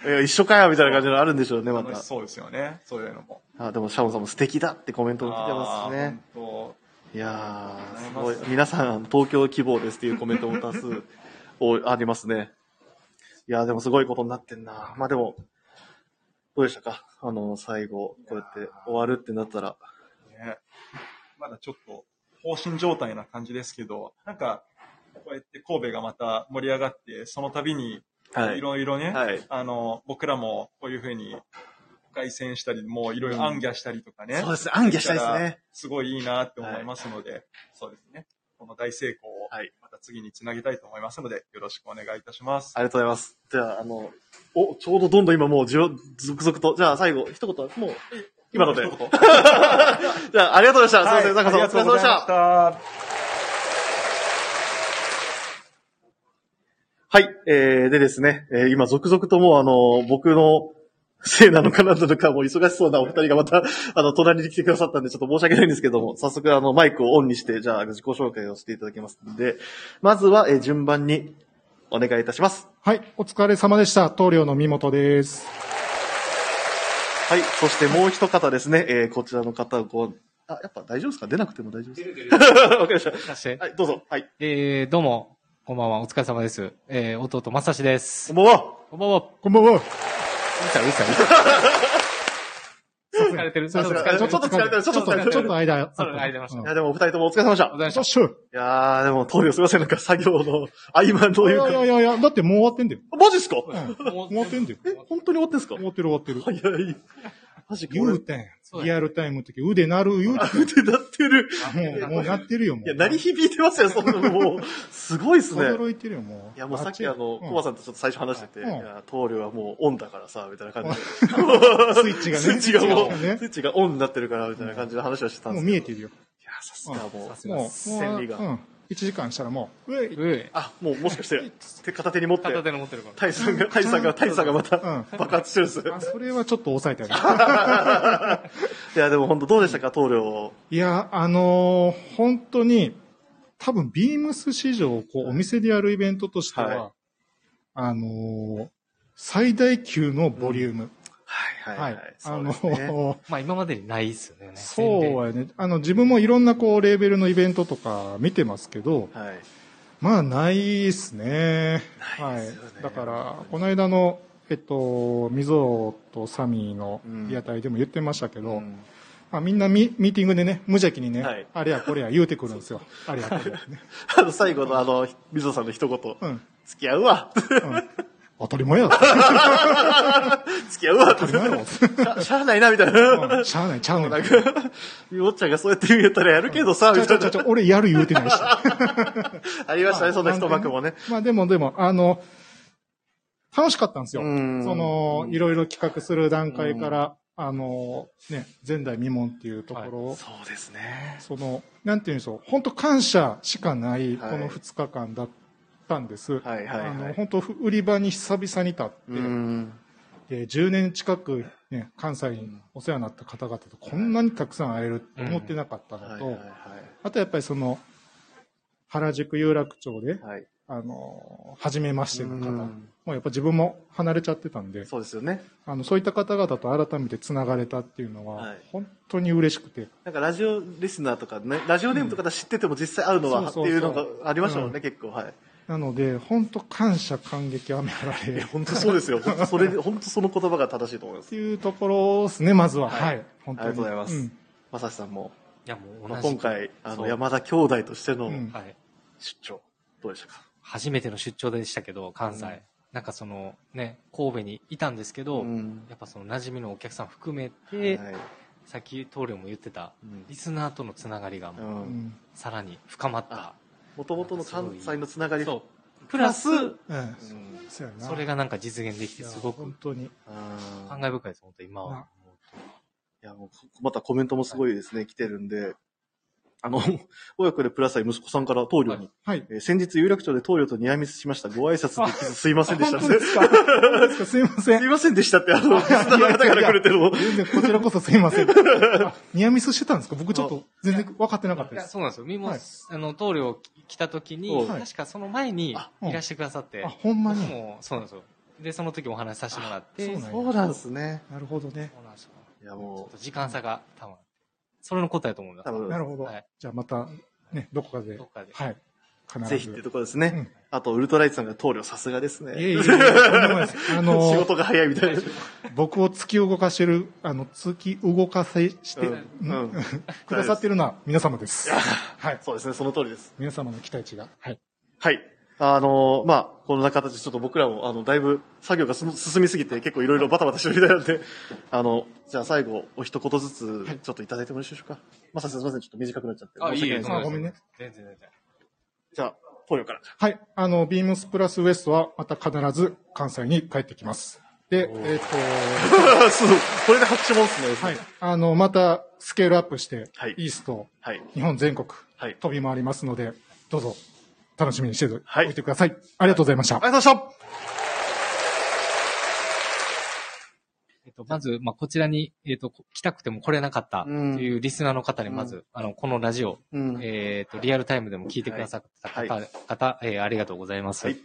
[SPEAKER 6] そう
[SPEAKER 1] ういや。一緒かよ、みたいな感じのあるんでしょうね、ま
[SPEAKER 6] 楽
[SPEAKER 1] た
[SPEAKER 6] し。そうですよね、そういうのも。
[SPEAKER 1] あ、でも、シャオンさんも素敵だってコメントも来てますしね。
[SPEAKER 6] あー。本
[SPEAKER 1] いやー、す
[SPEAKER 6] ありがとうご
[SPEAKER 1] ごい
[SPEAKER 6] ざいま。
[SPEAKER 1] 皆さん、東京希望ですっていうコメントも多数おありますね。いやー、でもすごいことになってんな。まあでも、どうでしたかあの、最後、こうやって終わるってなったら。
[SPEAKER 6] 当ねまだちょっと、放心状態な感じですけど、なんか、こうやって神戸がまた盛り上がって、その度に、
[SPEAKER 1] はいい。
[SPEAKER 6] ろいろね、
[SPEAKER 1] はい。
[SPEAKER 6] あの、僕らもこういうふうに、凱旋したり、もういろいろ暗ャしたりとかね。
[SPEAKER 1] そうですね、暗記したいですね。
[SPEAKER 6] すごいいいなって思いますので、そうですね。この大成功を
[SPEAKER 1] はい
[SPEAKER 6] また次につなげたいと思いますので、よろしくお願いいたします。
[SPEAKER 1] ありがとうございます。じゃあ、あの、お、ちょうどどんどん今もうじわ、続々と、じゃあ最後、一言、もう、今ので。
[SPEAKER 6] 一言
[SPEAKER 1] じゃあ、ありがとうございました。
[SPEAKER 6] はい
[SPEAKER 1] すいません、
[SPEAKER 6] あ
[SPEAKER 1] 坂
[SPEAKER 6] りが
[SPEAKER 1] さん、
[SPEAKER 6] とうご
[SPEAKER 1] お疲れ様
[SPEAKER 6] ざ
[SPEAKER 1] でし
[SPEAKER 6] いま
[SPEAKER 1] た
[SPEAKER 6] し。た。
[SPEAKER 1] はい。えー、でですね、えー今続々ともうあの、僕のせいなのかなのか、もう忙しそうなお二人がまた、あの、隣に来てくださったんで、ちょっと申し訳ないんですけども、早速あの、マイクをオンにして、じゃあ自己紹介をしていただきますので、まずは、えー順番にお願いいたします。
[SPEAKER 7] はい、お疲れ様でした。棟梁の三本です。
[SPEAKER 1] はい。そしてもう一方ですね、えーこちらの方をご、あ、やっぱ大丈夫ですか出なくても大丈夫ですか わかりました。はい、どうぞ。はい。
[SPEAKER 8] えー、どうも、こんばんは、お疲れ様です。えー、弟、まさしです
[SPEAKER 1] こん。ばんは。
[SPEAKER 8] こんばんは。
[SPEAKER 7] こんばんは。
[SPEAKER 8] うるさい、うるさい。うるさい疲れてる。ちょっと疲れ
[SPEAKER 1] ち
[SPEAKER 8] て
[SPEAKER 1] ょ
[SPEAKER 8] る。
[SPEAKER 1] っと疲れてる、ちょっと疲れて
[SPEAKER 7] ちょっ
[SPEAKER 1] る。
[SPEAKER 7] と間あった、
[SPEAKER 8] そう間ました
[SPEAKER 1] いや、でもお二人ともお疲れ様でした。
[SPEAKER 8] お疲れ様で
[SPEAKER 7] そ
[SPEAKER 8] し
[SPEAKER 7] っしょ。
[SPEAKER 1] いやー、でも、棟梁すいません、なんか作業の合間
[SPEAKER 7] い
[SPEAKER 1] とい
[SPEAKER 7] や
[SPEAKER 1] う
[SPEAKER 7] いや
[SPEAKER 1] か。
[SPEAKER 7] いやいや、だってもう終わってんだよ。
[SPEAKER 1] マジっすか
[SPEAKER 7] うん
[SPEAKER 8] た。
[SPEAKER 7] 終わってんだよ。
[SPEAKER 1] え、本当に終わってんすか
[SPEAKER 7] 終わってる終わってる。
[SPEAKER 1] 早い。マジか。
[SPEAKER 7] 言
[SPEAKER 1] 俺
[SPEAKER 7] う
[SPEAKER 1] って
[SPEAKER 7] ん
[SPEAKER 8] そう。だ
[SPEAKER 7] リアルタイムの時、腕鳴る言う
[SPEAKER 1] てなってる。
[SPEAKER 7] てん。もう、もう鳴ってるよ、もう。
[SPEAKER 1] いや、鳴り響いてますよ、そんなのもう。すごいっすね。
[SPEAKER 7] 驚いてるよ、もう。
[SPEAKER 1] いや、もうさっきあの、コ
[SPEAKER 7] う
[SPEAKER 1] バ
[SPEAKER 7] ん
[SPEAKER 1] さんとちょっと最初話してて、い
[SPEAKER 7] うん
[SPEAKER 1] や、棟梁はもうオンだからさ、みたいな感じで。
[SPEAKER 7] スイッチがね。
[SPEAKER 1] スイッチがもう、
[SPEAKER 7] スイッ
[SPEAKER 1] ス
[SPEAKER 7] チね
[SPEAKER 1] イッチがオンになってるから、みたいな感じで話はしてたん
[SPEAKER 7] も
[SPEAKER 1] で
[SPEAKER 7] う
[SPEAKER 1] す
[SPEAKER 7] 見え
[SPEAKER 1] け
[SPEAKER 7] て
[SPEAKER 1] ど。
[SPEAKER 7] るよ。
[SPEAKER 1] いや、さすがもう。
[SPEAKER 7] もう、もう、
[SPEAKER 1] 千里
[SPEAKER 7] う
[SPEAKER 1] 眼
[SPEAKER 7] ん。一時間したらもう、うえい
[SPEAKER 8] ょ。うえ
[SPEAKER 1] あ、もうもしかして、手片手に持って、
[SPEAKER 8] 片手の持ってるから。
[SPEAKER 1] タイさんが、タイさんが、タイさんがまた
[SPEAKER 7] うん
[SPEAKER 1] 爆発してるんです。
[SPEAKER 7] あ、それはちょっと抑えてあげる。
[SPEAKER 1] いや、でも本当どうでしたか、棟梁。
[SPEAKER 7] いや、あのー本当に、多分、ビームス史上、こう、お店でやるイベントとしては、
[SPEAKER 1] はい
[SPEAKER 7] あのー最大級のボリューム。
[SPEAKER 1] はいはいはい。
[SPEAKER 7] あ
[SPEAKER 1] そう
[SPEAKER 7] の
[SPEAKER 1] ですね
[SPEAKER 7] ー
[SPEAKER 8] まあ今までにないっすよね。
[SPEAKER 7] そうやね。あの、自分もいろんなこう、レーベルのイベントとか見てますけど、
[SPEAKER 1] はい。
[SPEAKER 7] まあ、ないっすね。
[SPEAKER 1] ないっすよね
[SPEAKER 7] はい。だから、この間の、えっと、ミゾーとサミーの屋台でも言ってましたけど、
[SPEAKER 1] うん
[SPEAKER 7] まあ、みんなミミーティングでね、無邪気にね、
[SPEAKER 1] はい
[SPEAKER 7] あれやこれや言うてくるんです よ。あれやこれやね。
[SPEAKER 1] あの、最後のあの、水野さんの一言、
[SPEAKER 7] うん。
[SPEAKER 1] 付き合うわ
[SPEAKER 7] 当たり前やろ。
[SPEAKER 1] 付き合うわっ
[SPEAKER 7] 当
[SPEAKER 1] て
[SPEAKER 7] たり前 やろ。
[SPEAKER 1] ししゃあないな、みたいな。
[SPEAKER 7] うんしゃあない、ちゃうねん。
[SPEAKER 1] なんか、みおっちゃんがそうやって言えたらやるけどさ、
[SPEAKER 7] ち
[SPEAKER 1] み
[SPEAKER 7] ゃ
[SPEAKER 1] た
[SPEAKER 7] ち
[SPEAKER 1] い
[SPEAKER 7] ゃ
[SPEAKER 1] な
[SPEAKER 7] ちゃ。ちゃ、俺やる言うてないし。
[SPEAKER 1] ありましたね、そんな一幕もね。
[SPEAKER 7] まあでもでも、あの、楽しかったんですよ。
[SPEAKER 1] うん
[SPEAKER 7] その、いろいろ企画する段階から、あの、ね、前代未聞っていうところを、
[SPEAKER 1] そうですね。
[SPEAKER 7] その、なんていうんでしょう、本当感謝しかない、こ
[SPEAKER 1] はい
[SPEAKER 7] の2日間だったんです。
[SPEAKER 1] はいはいはい
[SPEAKER 7] あの、本当売り場に久々に立って、
[SPEAKER 1] うん。
[SPEAKER 7] で10年近く、ね、関西にお世話になった方々とこんなにたくさん会えると思ってなかった
[SPEAKER 1] は
[SPEAKER 7] の
[SPEAKER 1] い
[SPEAKER 7] と、
[SPEAKER 1] はい
[SPEAKER 7] あとやっぱりその、原宿有楽町で、
[SPEAKER 1] はい。はい。
[SPEAKER 7] あの、初めましての
[SPEAKER 1] う
[SPEAKER 7] 方、も
[SPEAKER 1] ん
[SPEAKER 7] うやっぱ自分も離れちゃってたんで、
[SPEAKER 1] そうですよね。
[SPEAKER 7] あのそういった方々と改めて繋がれたっていうの
[SPEAKER 1] は、
[SPEAKER 7] はい本当に嬉しくて、
[SPEAKER 1] なんかラジオリスナーとかね、ラジオネームとかで知ってても実際会うの
[SPEAKER 7] うん
[SPEAKER 1] はって
[SPEAKER 7] そうそうそう
[SPEAKER 1] いうのがありましたもんね、結構。はい。
[SPEAKER 7] なので、本当感謝感激雨あら
[SPEAKER 1] い
[SPEAKER 7] れ
[SPEAKER 1] や
[SPEAKER 7] っ
[SPEAKER 1] 本当そうですよ。本当それで、本当その言葉が正しいと思います
[SPEAKER 7] て。いうところですね、まずは。
[SPEAKER 1] は
[SPEAKER 7] はいい。本当
[SPEAKER 1] あ
[SPEAKER 7] に。
[SPEAKER 1] りがとうございます
[SPEAKER 7] ん
[SPEAKER 1] まさしさんも、
[SPEAKER 8] いや、もう同じ。
[SPEAKER 1] 今。回、あ
[SPEAKER 8] そ
[SPEAKER 1] の、
[SPEAKER 8] う
[SPEAKER 1] 山田兄弟としての
[SPEAKER 7] うん
[SPEAKER 8] はい。
[SPEAKER 1] 出張、どうでしたか
[SPEAKER 8] 初めての出張でしたけど、関西。
[SPEAKER 1] うん
[SPEAKER 8] なんかその、ね、神戸にいたんですけど、
[SPEAKER 1] ん
[SPEAKER 8] やっぱその馴染みのお客さん含め
[SPEAKER 1] はい
[SPEAKER 8] て、さっき棟梁も言ってた、リスナーとのつながりがもう
[SPEAKER 7] うん。
[SPEAKER 8] さらに深まった。
[SPEAKER 1] もともとの関西のつながり
[SPEAKER 8] そうう。プラス、
[SPEAKER 7] うん。
[SPEAKER 1] ん
[SPEAKER 7] そうやな。
[SPEAKER 8] それがなんか実現でき
[SPEAKER 7] い
[SPEAKER 8] て、
[SPEAKER 7] や、
[SPEAKER 8] すごく
[SPEAKER 7] 本当に。
[SPEAKER 1] あ
[SPEAKER 8] 感
[SPEAKER 1] ー
[SPEAKER 8] 慨深いです、本当今は
[SPEAKER 7] な。
[SPEAKER 1] いやもうまたコメントもすごいですね、来てるんで、あの、親子でプラスアイ息子さんから棟梁に、
[SPEAKER 7] はい。
[SPEAKER 1] えー先日有楽町で棟梁とニアミスしました。ご挨拶できずすいませんでした。
[SPEAKER 7] 本当ですか本当ですかすいませ
[SPEAKER 1] す
[SPEAKER 7] ん。
[SPEAKER 1] いませんでしたって、あの、リスナーの方からくれてるの。
[SPEAKER 7] 全然こちらこそすい ません。あニアミスしてたんですか僕ちょっと全然分かってなかった
[SPEAKER 8] い
[SPEAKER 7] で
[SPEAKER 8] や
[SPEAKER 7] す。
[SPEAKER 8] そうなんですよ。みも、
[SPEAKER 7] はい
[SPEAKER 8] あの、棟梁来た時
[SPEAKER 1] は
[SPEAKER 8] に、
[SPEAKER 1] い
[SPEAKER 8] 確かその前に
[SPEAKER 1] あ
[SPEAKER 7] うん
[SPEAKER 8] いらしてくださって、
[SPEAKER 7] あ、ほんまに。
[SPEAKER 8] もう、そうなんですよ。で、その時お話しさせてもらって、
[SPEAKER 7] そうなんや
[SPEAKER 1] そうなんですね。
[SPEAKER 7] なるほどね。
[SPEAKER 8] そうなんですよ
[SPEAKER 1] いや
[SPEAKER 8] ちょ
[SPEAKER 1] も
[SPEAKER 8] っと時間差が多分、それの答えだと思いま
[SPEAKER 1] う、
[SPEAKER 8] す
[SPEAKER 1] 多。分
[SPEAKER 7] な、るほど
[SPEAKER 8] はい。
[SPEAKER 7] じゃあまた、ね、どこかで
[SPEAKER 8] どっ。かで。
[SPEAKER 7] はい。必ず。
[SPEAKER 1] ぜひってところです
[SPEAKER 7] う
[SPEAKER 1] ね
[SPEAKER 7] ん。
[SPEAKER 1] あと、ウルトライツさんが棟梁さすがです
[SPEAKER 7] いえいえ
[SPEAKER 1] ね。
[SPEAKER 7] いえ、とんでもないです。あの
[SPEAKER 1] 仕
[SPEAKER 7] ー、
[SPEAKER 1] 事が早いみたいな。
[SPEAKER 7] 僕を突き動かしてる、あの、突き動かせして、
[SPEAKER 1] うんんうん
[SPEAKER 7] くださってるのは皆様です。はい。
[SPEAKER 1] そうですね、その通りです。
[SPEAKER 7] 皆様の期待値が。はい。
[SPEAKER 1] はい。あのまあ、こんな形でちょっと僕らも、あの、だいぶ作業がす進みすぎて結構いろいろバタバタしてるみたいなんで、あの、じゃあ最後、お一言ずつ、ちょっといただいてもよろしいでしょうか。まあ、さすいません、ちょっと短くなっちゃって。申し訳ないです
[SPEAKER 7] まあごめんね。
[SPEAKER 8] 全然全然。
[SPEAKER 1] じゃあ、東洋から。
[SPEAKER 7] はい。あの、ビームスプラスウエストはまた必ず関西に帰ってきます。で、えっ、と、
[SPEAKER 1] そう、これで発注もんっすね。
[SPEAKER 7] はい。あの、またスケールアップして、
[SPEAKER 1] はい
[SPEAKER 7] イースト、
[SPEAKER 1] はい。
[SPEAKER 7] 日本全国、
[SPEAKER 1] はい
[SPEAKER 7] 飛び回りますので、どうぞ、楽しみにしてお
[SPEAKER 1] はい
[SPEAKER 7] いてください。ありがとうございました。
[SPEAKER 1] ありがとうございました
[SPEAKER 8] えっと、まず、まあ、こちらに、えっと、こ来たくても来れなかったというリスナーの方に、まず、あの、このラジオ、
[SPEAKER 1] うん。
[SPEAKER 8] えっと、リアルタイムでも聞いてくださった方、
[SPEAKER 1] は
[SPEAKER 8] 方えーありがとうございます。
[SPEAKER 1] はい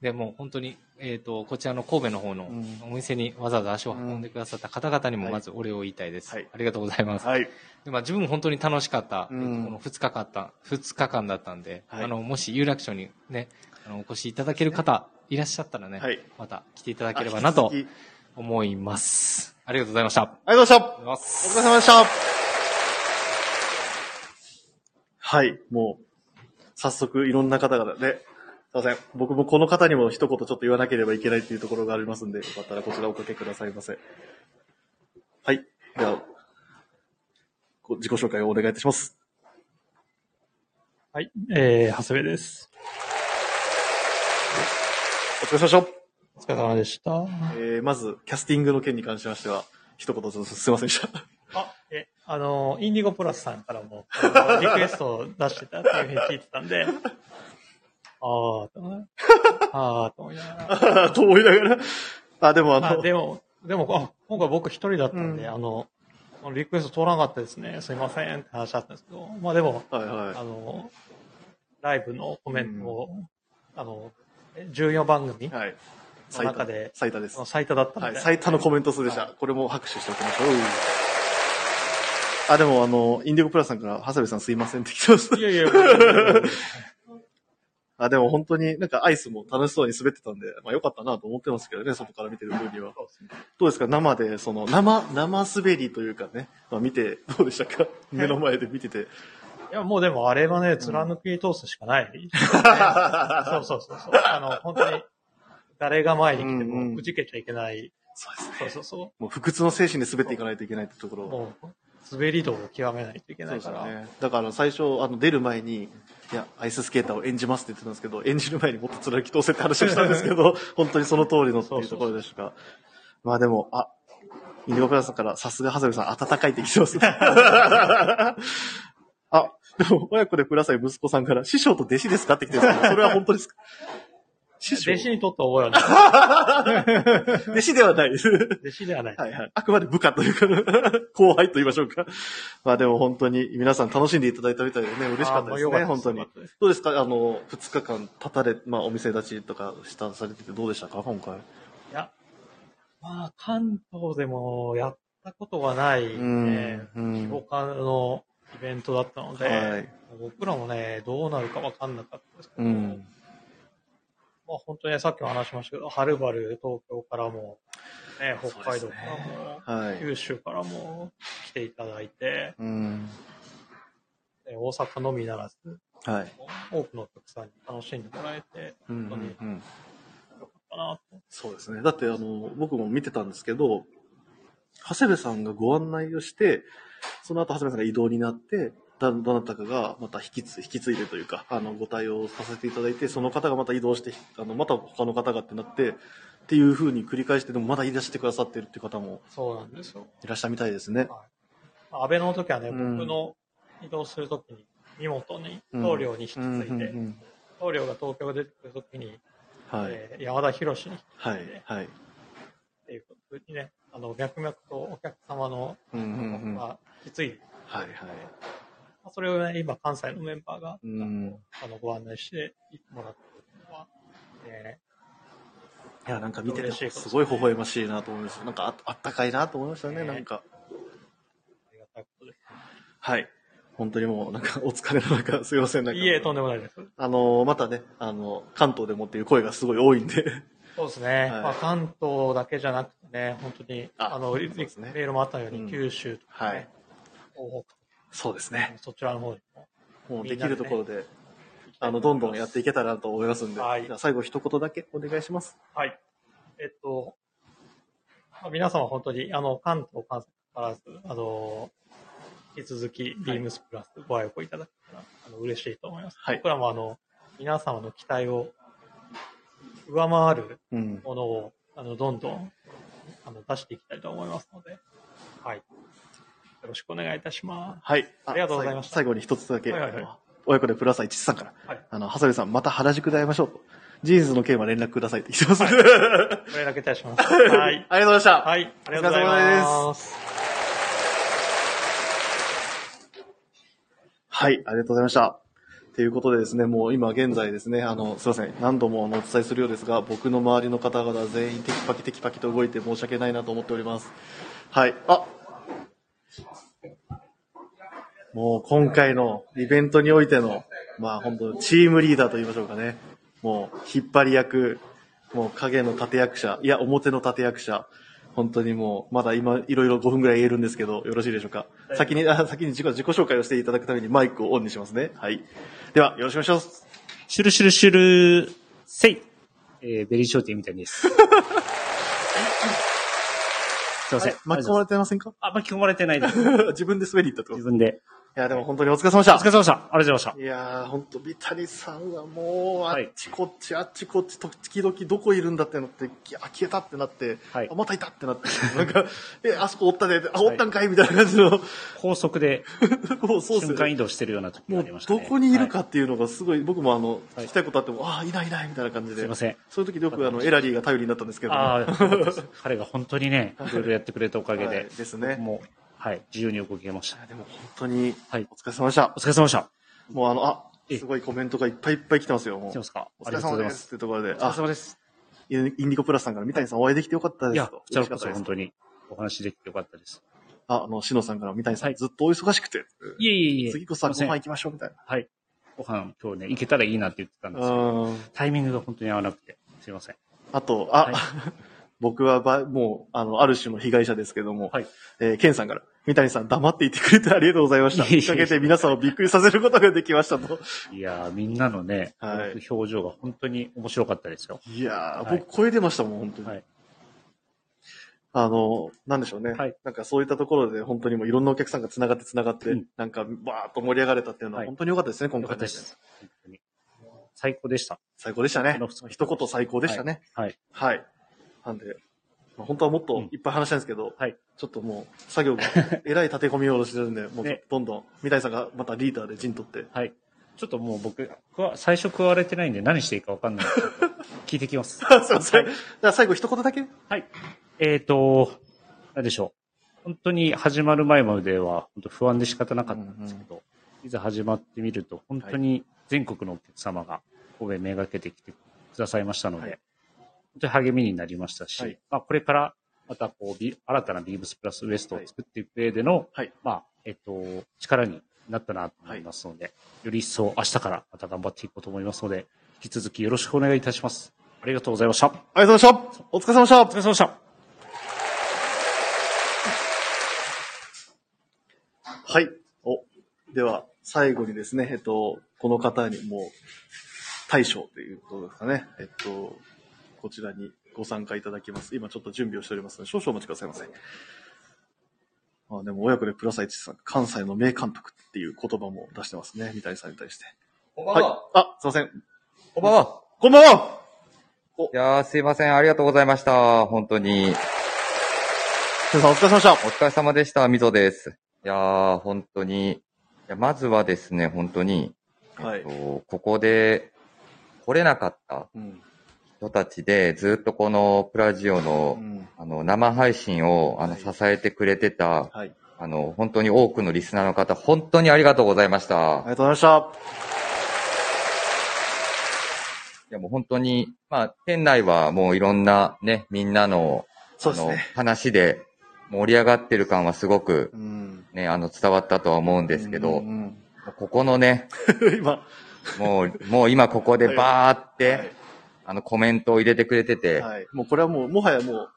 [SPEAKER 8] で、もう本当に、えっと、こちらの神戸の方の
[SPEAKER 1] うん
[SPEAKER 8] お店にわざわざ足を運んでくださった方々に
[SPEAKER 1] は
[SPEAKER 8] も、
[SPEAKER 1] い
[SPEAKER 8] まずお礼を言いたいです。
[SPEAKER 1] はい
[SPEAKER 8] ありがとうございます。
[SPEAKER 1] はい。
[SPEAKER 8] でまあ、自分も本当に楽しかった、
[SPEAKER 1] うん
[SPEAKER 8] えっとこの2日間った、2日間だったんで、
[SPEAKER 1] はい
[SPEAKER 8] あの、もし有楽町にね、あの、お越しいただける方、いらっしゃったらね、
[SPEAKER 1] はい。
[SPEAKER 8] また来ていただければなと
[SPEAKER 1] あ引き続き
[SPEAKER 8] 思います。ありがとうございました。
[SPEAKER 1] ありがとうございました。
[SPEAKER 8] お疲れ様
[SPEAKER 1] お疲れ様でした。はい、もう、早速いろんな方々で、すいません。僕もこの方にも一言ちょっと言わなければいけないというところがありますんで、よかったらこちらおかけくださいませ。はい。では、ご自己紹介をお願いいたします。
[SPEAKER 9] はい、えー、長谷部です。
[SPEAKER 1] お疲れ様でした。
[SPEAKER 9] お疲れ様でした。
[SPEAKER 1] えー、まず、キャスティングの件に関しましては、一言ちょっとすいませんでした。
[SPEAKER 9] あ、え、あの、インディゴプラスさんからも、あのリクエストを出してたっていうふうに聞いてたん で、あーと思い、 あーと思いながら。
[SPEAKER 1] と思いながら。あ、でもあ
[SPEAKER 9] あ
[SPEAKER 1] の、
[SPEAKER 9] でも、でも、あ今回僕一人だったんで、あの、リクエスト通らなかったですね。すいませんって話だったんですけど、まあでも、
[SPEAKER 1] はいはい。
[SPEAKER 9] あの、ライブのコメントを、あの、14番組の
[SPEAKER 1] はい。
[SPEAKER 9] 中で、
[SPEAKER 1] 最多です。
[SPEAKER 9] 最多だったの
[SPEAKER 1] はい、
[SPEAKER 9] で、
[SPEAKER 1] 最多のコメント数でした。これも拍手しておきましょう。あ、でもあの、インディゴプラスさんから、長谷部さんすいませんって来てました
[SPEAKER 9] い。やいや、僕
[SPEAKER 1] あ、でも本当になんかアイスも楽しそうに滑ってたんで、まあ良かったなと思ってますけどね、外から見てる分には。どうですか生で、その、生、生滑りというかね、まあ見て、どうでしたか目の前で見てて。
[SPEAKER 9] いや、もうでもあれはね、貫き通すしか ない。そうそうそうそう。あの、本当に、誰が前に来て
[SPEAKER 1] うんうん
[SPEAKER 9] もくじけちゃいけない。
[SPEAKER 1] そうですね。
[SPEAKER 9] そうそうそ
[SPEAKER 1] もう不屈の精神で滑っていかないといけないってところ
[SPEAKER 9] う。。もう、滑り道を極めないといけ
[SPEAKER 1] そ
[SPEAKER 9] な
[SPEAKER 1] う
[SPEAKER 9] い
[SPEAKER 1] です
[SPEAKER 9] から。
[SPEAKER 1] ね。だから最初、あの、出る前に、いや、アイススケーターを演じますって言ってたんですけど、演じる前にもっと貫き通せって話をしたんですけ ど、本当にその通りのっていうところでしたが。まあでも、あ、インディゴプラスさんから、さすがハサミさん、温かいって来てま すね。あ、でも、親子でください息子さんから、師匠と弟子ですかって来てますけどそれは本当ですか師匠
[SPEAKER 9] 弟子にとって覚えはない。
[SPEAKER 1] 弟子ではないです。
[SPEAKER 9] 弟子ではない。
[SPEAKER 1] はいはい。あくまで部下というか、 後輩と言いましょうか。まあでも本当に皆さん楽しんでいただいたみたいでね、嬉しかったです
[SPEAKER 9] あーまあ
[SPEAKER 1] ね、
[SPEAKER 9] よか
[SPEAKER 1] 本
[SPEAKER 9] ったです
[SPEAKER 1] 当に
[SPEAKER 9] よかったで。
[SPEAKER 1] どうですかあの、2日間立たれ、まあお店立ちとかした、されててどうでしたか今
[SPEAKER 9] い
[SPEAKER 1] 回。
[SPEAKER 9] や、まあ、関東でもやったことがない、
[SPEAKER 1] う
[SPEAKER 9] ね、
[SPEAKER 1] うん
[SPEAKER 9] 規模化のイベントだったので、
[SPEAKER 1] はい。
[SPEAKER 9] 僕らもね、どうなるかわかんなかったですけど、
[SPEAKER 1] うん。
[SPEAKER 9] まあ本当にねさっきも話しましたけど、はるばる東京からも、ね、北海
[SPEAKER 1] そ
[SPEAKER 9] 道か
[SPEAKER 1] うです
[SPEAKER 9] ら
[SPEAKER 1] ね
[SPEAKER 9] も、
[SPEAKER 1] はい。
[SPEAKER 9] 九州からも来ていただいて、
[SPEAKER 1] うん。
[SPEAKER 9] ね大阪のみならず、
[SPEAKER 1] はい。
[SPEAKER 9] 多くのお客さんに楽しんでもらえて、
[SPEAKER 1] うんう
[SPEAKER 9] 本当によ
[SPEAKER 1] んうん
[SPEAKER 9] かなと。
[SPEAKER 1] そうですね。だってあの、僕も見てたんですけど、長谷部さんがご案内をして、その後長谷部さんが移動になって、だどなたかがまた引きつ引き継いでというか、あの、ご対応させていただいて、その方がまた移動して、あの、また他の方がってなって、っていう風に繰り返して、でもまだ言い出してくださってるっていう方も
[SPEAKER 9] そうなんですよ。
[SPEAKER 1] いらっしゃるみたいですね。
[SPEAKER 9] まあ安倍の時はね、
[SPEAKER 1] うん
[SPEAKER 9] 僕の移動する時に、荷物に、棟梁に引き継
[SPEAKER 1] うんうん
[SPEAKER 9] いで、
[SPEAKER 1] うん
[SPEAKER 9] 棟梁が東京出てくる時に、
[SPEAKER 1] はい。
[SPEAKER 9] えー山田博に、っ
[SPEAKER 1] はい。はい。
[SPEAKER 9] ていう風にね、あの、脈々とお客様の、
[SPEAKER 1] うんうんうん。はい。
[SPEAKER 9] まあ、引き継いで、
[SPEAKER 1] はい。
[SPEAKER 9] まあそれをね、今関西のメンバーが、
[SPEAKER 1] うん。
[SPEAKER 9] あの、ご案内してもらってるのは、え
[SPEAKER 1] いや、なんか見てて、すごい微笑ましいなと思いました。なんかああったかいなと思いましたね、
[SPEAKER 9] ね
[SPEAKER 1] なんか。
[SPEAKER 9] ーありがたいことで
[SPEAKER 1] はい。本当にもう、なんか、お疲れの中、すいません、なんか。
[SPEAKER 9] いえ、とんでもないです。
[SPEAKER 1] あの、またね、あの、関東でもっていう声がすごい多いんで。
[SPEAKER 9] そうですね。
[SPEAKER 1] はい
[SPEAKER 9] まあ、関東だけじゃなくてね、本当に、
[SPEAKER 1] あ
[SPEAKER 9] あの、
[SPEAKER 1] そう
[SPEAKER 9] リ
[SPEAKER 1] ですね
[SPEAKER 9] メールもあったように、
[SPEAKER 1] うん
[SPEAKER 9] 九州とか、
[SPEAKER 1] はい
[SPEAKER 9] ね東
[SPEAKER 1] そうです
[SPEAKER 9] 北と
[SPEAKER 1] ね。
[SPEAKER 9] か、そちらの方にも
[SPEAKER 1] もう
[SPEAKER 9] み
[SPEAKER 1] で
[SPEAKER 9] ん
[SPEAKER 1] き
[SPEAKER 9] なでね
[SPEAKER 1] るところで、あの、どんどんやっていけたらと思いますんで。
[SPEAKER 9] はい
[SPEAKER 1] じゃあ最後一言だけお願いします。
[SPEAKER 9] はい。えっと、まあ、皆様本当に、あの、関東、関西からず、あの、引き続き、ビームスプラスご愛顧いただけたら、あの、嬉しいと思います。
[SPEAKER 1] はい
[SPEAKER 9] 僕らもあの、皆様の期待を上回る
[SPEAKER 1] うん。
[SPEAKER 9] ものを、あの、どんどん、あの、出していきたいと思いますので、はい。よろしくお願いいたします。
[SPEAKER 1] はい。
[SPEAKER 9] ありがとうございました
[SPEAKER 1] 最後最後に一つだけ。
[SPEAKER 9] はいはいはい
[SPEAKER 1] 親子でプラス1さんから。
[SPEAKER 9] はい
[SPEAKER 1] あの、長谷部さん、また原宿で会いましょうと。ジーンズの件は連絡くださいって言ってます。
[SPEAKER 9] ご連絡いたします。はい。
[SPEAKER 1] ありがとうございました。
[SPEAKER 9] はい。ありがとうございます。
[SPEAKER 1] はい、ありがとうございました。ということでですね、もう今現在ですね、あの、すいません、何度もあのお伝えするようですが、僕の周りの方々全員テキパキテキパキと動いて申し訳ないなと思っております。はい、あもう今回のイベントにおいての、まあ本当チームリーダーと言いましょうかね。もう引っ張り役、もう影の立役者、いや表の立役者、本当にもう、まだ今いろいろ5分ぐらい言えるんですけど、よろしいでしょうか。先に、あ先に自己自己紹介をしていただくためにマイクをオンにしますね。はい。では、よろしくお願いします。
[SPEAKER 10] シュルシュルシュル、せい。えー、ベリーショーティーみたい です。すいません。
[SPEAKER 1] 巻き込まれてませんか
[SPEAKER 10] あ、巻き込まれてないです。
[SPEAKER 1] 自分で滑り行ったってこと
[SPEAKER 10] 自分で。
[SPEAKER 1] いや、でも本当にお疲れ様でした。
[SPEAKER 10] お疲れ様でした。ありがとうございまし
[SPEAKER 1] いやー、ほんと、三谷さんはもう、あっちこっち、あっちこっち、時々どこいるんだってなって、きあ、消えたってなって、
[SPEAKER 10] はい
[SPEAKER 1] あ、またいたってなって、なんか、え、あそこおったね、あ、おったんかいみたいな感じの、
[SPEAKER 10] た。高速で
[SPEAKER 1] もうそうっすよ
[SPEAKER 10] 瞬間移動してるような時が
[SPEAKER 1] も
[SPEAKER 10] あ
[SPEAKER 1] う
[SPEAKER 10] りましたね。
[SPEAKER 1] どこにいるかっていうのがすごい、僕もあの、
[SPEAKER 10] はい
[SPEAKER 1] 聞きたいことあっても、ああ、いないいないみたいな感じで。
[SPEAKER 10] すいません
[SPEAKER 1] そういう時よくあの、エラリーが頼りになったんですけど。
[SPEAKER 10] ああ、よかったです彼が本当にね、いろいろやってくれたおかげで、
[SPEAKER 1] はいですね
[SPEAKER 10] 僕もう、はい、自由に動けました。
[SPEAKER 1] でも本当に、
[SPEAKER 10] はい
[SPEAKER 1] お疲れ様でした
[SPEAKER 10] お。疲れ様でした。
[SPEAKER 1] もうあの、あ、
[SPEAKER 10] え
[SPEAKER 1] すごいコメントがいっぱいいっぱい来てますよ、も
[SPEAKER 10] 来
[SPEAKER 1] う
[SPEAKER 10] てま。すか
[SPEAKER 1] お
[SPEAKER 10] あ
[SPEAKER 1] 疲
[SPEAKER 10] りが
[SPEAKER 1] れ
[SPEAKER 10] とうご
[SPEAKER 1] 様
[SPEAKER 10] ざい
[SPEAKER 1] で
[SPEAKER 10] ます。
[SPEAKER 1] す。というところで、
[SPEAKER 10] お疲
[SPEAKER 1] あ
[SPEAKER 10] れ、様です。
[SPEAKER 1] インディコプラスさんから三谷さんお会いできてよかった
[SPEAKER 10] い
[SPEAKER 1] です
[SPEAKER 10] や、
[SPEAKER 1] と
[SPEAKER 10] こ。ちら
[SPEAKER 1] 嬉しか
[SPEAKER 10] こ
[SPEAKER 1] った
[SPEAKER 10] そ
[SPEAKER 1] です
[SPEAKER 10] 本当にお話できてよかったです。
[SPEAKER 1] あ、あの、しのさんから三谷さん、
[SPEAKER 10] はい
[SPEAKER 1] ずっとお忙しくて。
[SPEAKER 10] いえいえいえ。
[SPEAKER 1] 次こそは
[SPEAKER 10] す
[SPEAKER 1] ご
[SPEAKER 10] いませ
[SPEAKER 1] 飯
[SPEAKER 10] ん
[SPEAKER 1] 行きましょうみたいな。
[SPEAKER 10] はい。ご飯今日ね、行けたらいいなって言ってたんですけど、
[SPEAKER 1] うん。
[SPEAKER 10] タイミングが本当に合わなくて、すいません。
[SPEAKER 1] あと、あ、
[SPEAKER 10] はい
[SPEAKER 1] 僕はば、もう、あの、ある種の被害者ですけども、
[SPEAKER 10] はい
[SPEAKER 1] えーケンさんから、三谷さん黙っていてくれてありがとうございました。
[SPEAKER 10] いえいえ
[SPEAKER 1] おかげで皆さんをびっくりさせることができました と。
[SPEAKER 10] いやー、みんなのね、
[SPEAKER 1] はい
[SPEAKER 10] 動く表情が本当に面白かったですよ。
[SPEAKER 1] いやー、
[SPEAKER 10] はい
[SPEAKER 1] 僕超えてましたもん、本当に。
[SPEAKER 10] はい
[SPEAKER 1] あの、なんでしょうね、
[SPEAKER 10] はい
[SPEAKER 1] なんかそういったところで本当にもういろんなお客さんが繋がって繋がって、
[SPEAKER 10] うん
[SPEAKER 1] なんかバーッと盛り上がれたっていうのは
[SPEAKER 10] はい
[SPEAKER 1] 本当に良かったですね、今
[SPEAKER 10] よか
[SPEAKER 1] 回
[SPEAKER 10] ったで
[SPEAKER 1] ね。
[SPEAKER 10] す。本当に最高でした。
[SPEAKER 1] 最高でしたね
[SPEAKER 10] この二。日
[SPEAKER 1] 一言最高でしたね。
[SPEAKER 10] はい。
[SPEAKER 1] はい。なんで、まあ、本当はもっといっぱい話したいんですけど、
[SPEAKER 10] はい
[SPEAKER 1] ちょっともう作 業がえらい立て込みをろしてるんで、もう
[SPEAKER 10] ね
[SPEAKER 1] どんどん、三谷さんがまたリーダーで陣 取って、
[SPEAKER 10] はい。ちょっともう僕、僕は最初加われてないんで何していいかわかんないんで。 聞いてきます。
[SPEAKER 1] すいません。じゃあ最後一言だけ。
[SPEAKER 10] はい。えっ、ー、と、なんでしょう。本当に始まる前までは本当不安で仕方なかったんですけど、いざ始まってみると、本当に全国のお客様が神戸めがけてきてくださいましたので、
[SPEAKER 1] はい
[SPEAKER 10] 本当に励みになりましたし、
[SPEAKER 1] はい
[SPEAKER 10] まあ、これからまたこうビ新たなビームスプラスウエストを作っていく上での、
[SPEAKER 1] はい
[SPEAKER 10] まあえっと、力になったなと思いますので、より一層明日からまた頑張っていこうと思いますので、引き続きよろしくお願いいたします。ありがとうございました。お
[SPEAKER 1] ありがとうございました。お疲れ様でした。
[SPEAKER 10] 疲れ様でした。
[SPEAKER 1] はい。お、では、最後にですね、えっと、この方にもう、大賞ということですかね。えっと、こちらにご参加いただきます。今ちょっと準備をしておりますので、少々お待ちくださいませ。あ、でも、親子でプラスイチさん、関西の名監督っていう言葉も出してますね。三谷さんに対して。
[SPEAKER 11] こんばん
[SPEAKER 1] はい
[SPEAKER 11] は。。
[SPEAKER 1] あ、すいません。
[SPEAKER 11] こんばんは。
[SPEAKER 1] こんばんはい
[SPEAKER 11] やー、すいません。ありがとうございました。本当に。
[SPEAKER 1] ケンさん、お疲れ様でした。
[SPEAKER 11] お疲れ様でした。みぞです。いやー、本当に。いやまずはですね、本当に、
[SPEAKER 1] はい。
[SPEAKER 11] こうここで来れなかった
[SPEAKER 1] うん。
[SPEAKER 11] 人たちで、ずっとこのプラジオ
[SPEAKER 1] う
[SPEAKER 11] の、
[SPEAKER 1] ん。
[SPEAKER 11] あの、生配信を、あの、
[SPEAKER 1] はい
[SPEAKER 11] 支えてくれてた、
[SPEAKER 1] はい。
[SPEAKER 11] あの、本当に多くのリスナーの方、本当にありがとうございまし
[SPEAKER 1] あ
[SPEAKER 11] た
[SPEAKER 1] り。がとうございまし
[SPEAKER 11] いや、もう本当に、まあ、店内はもういろんなね、みんなの、
[SPEAKER 1] た。そうです
[SPEAKER 11] あの
[SPEAKER 1] ね。
[SPEAKER 11] 話で盛り上がってる感はすごく
[SPEAKER 1] うん。
[SPEAKER 11] ね、あの、伝わったとは思うんですけど、
[SPEAKER 1] うんうん
[SPEAKER 11] ここのね、
[SPEAKER 1] うん 今、
[SPEAKER 11] もう、もう今ここでバーって、
[SPEAKER 1] はい
[SPEAKER 11] あの、コメントを入れてくれてて、
[SPEAKER 1] はい。もうこれはもう、もはやもう、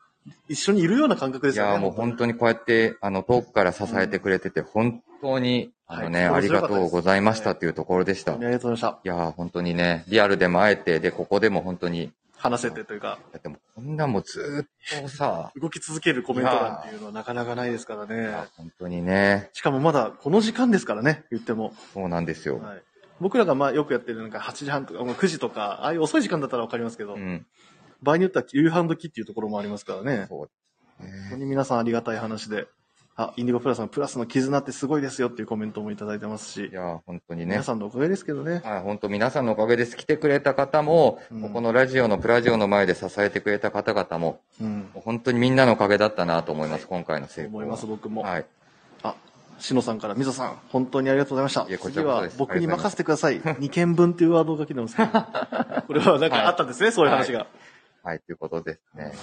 [SPEAKER 1] 一緒にいるような感覚で
[SPEAKER 11] い
[SPEAKER 1] すよね。
[SPEAKER 11] や、もう本当にこうやって、あの、遠くから支えてくれてて、本当に、あのね、
[SPEAKER 1] は
[SPEAKER 11] あ
[SPEAKER 1] い
[SPEAKER 11] りがとうございましたっていうところでした。
[SPEAKER 1] 本当に
[SPEAKER 11] い
[SPEAKER 1] ありがとうございまし
[SPEAKER 11] や、本当にね、リアルでも会えて、で、ここでも本当に、
[SPEAKER 1] た。話せてというか、、
[SPEAKER 11] だってもうこんなもうずーっとさ
[SPEAKER 1] 動き続けるコメント欄っていうのはなかなかないですから
[SPEAKER 11] い
[SPEAKER 1] ね
[SPEAKER 11] や。本当にね、
[SPEAKER 1] しかもまだこの時間ですからね、言っても。
[SPEAKER 11] そうなんですよ。
[SPEAKER 1] はい。僕らがまあよくやってるなんか8時半とか、まあ9時とか、ああいう遅い時間だったらわかりますけど、場合によっては夕飯時っていうところもありますからね。
[SPEAKER 11] そう
[SPEAKER 1] 本当に皆さんありがたい話で。あ、インディゴプラスのプラスの絆ってすごいですよっていうコメントもいただいてますし。
[SPEAKER 11] いやー本当にね。
[SPEAKER 1] 皆さんのおかげですけどね。
[SPEAKER 11] はい、本当皆さんのおかげです。来てくれた方も、ここのラジオのプラジオの前で支えてくれた方々も、
[SPEAKER 1] うん。
[SPEAKER 11] もう本当にみんなのおかげだったなと思います、今回の成功は。
[SPEAKER 1] 思います、僕も。
[SPEAKER 11] はい。
[SPEAKER 1] あ、しのさんから、みぞさん、本当にありがとうございました。
[SPEAKER 11] こち
[SPEAKER 1] 次
[SPEAKER 11] らこそ
[SPEAKER 1] は
[SPEAKER 11] です
[SPEAKER 1] 僕に任せてください。2件分っていうワードが来てますけど。これはなんかあったんで すね、そういう話が。
[SPEAKER 11] はい、ということですね。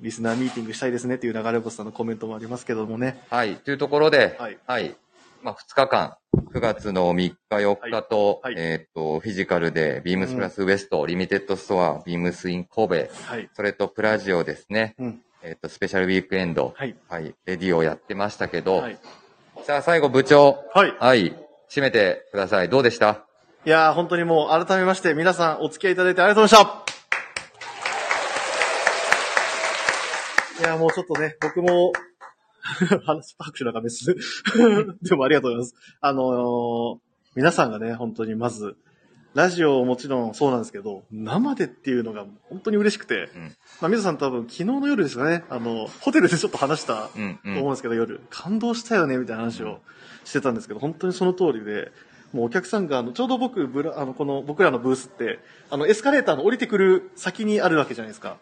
[SPEAKER 1] リスナーミーティングしたいですねっていう流れ星さんのコメントもありますけどもね。
[SPEAKER 11] はい、というところで、
[SPEAKER 1] は
[SPEAKER 11] はいい。まあ、2日間、9月の3日、4日と、えっ、と、フィジカルで、ビームスプラスウエスト、リミテッドストア、ビームスイン神戸、
[SPEAKER 1] はい。
[SPEAKER 11] それとプラジオですね、
[SPEAKER 1] うん
[SPEAKER 11] えっ、と、スペシャルウィークエンド、
[SPEAKER 1] はい。
[SPEAKER 11] レディをやってましたけど、
[SPEAKER 1] はい
[SPEAKER 11] さあ、最後、部長、
[SPEAKER 1] はい。
[SPEAKER 11] 締めてください。どうでした
[SPEAKER 1] いやー、本当にもう改めまして皆さんお付き合いいただいてありがとうございました。いやー、もうちょっとね、僕も、 話、拍手なんか別 でもありがとうございます。あのー皆さんがね、本当にまず、ラジオももちろんそうなんですけど、生でっていうのが本当に嬉しくて、まあ、水さん多分昨日の夜ですかね、あの、ホテルでちょっと話した
[SPEAKER 11] うん
[SPEAKER 1] と思うんですけど、夜、感動したよね、みたいな話をしてたんですけど、本当にその通りで、もうお客さんが、あの、ちょうど僕、ブラ、あの、この、僕らのブースって、あの、エスカレーターの降りてくる先にあるわけじゃないですか。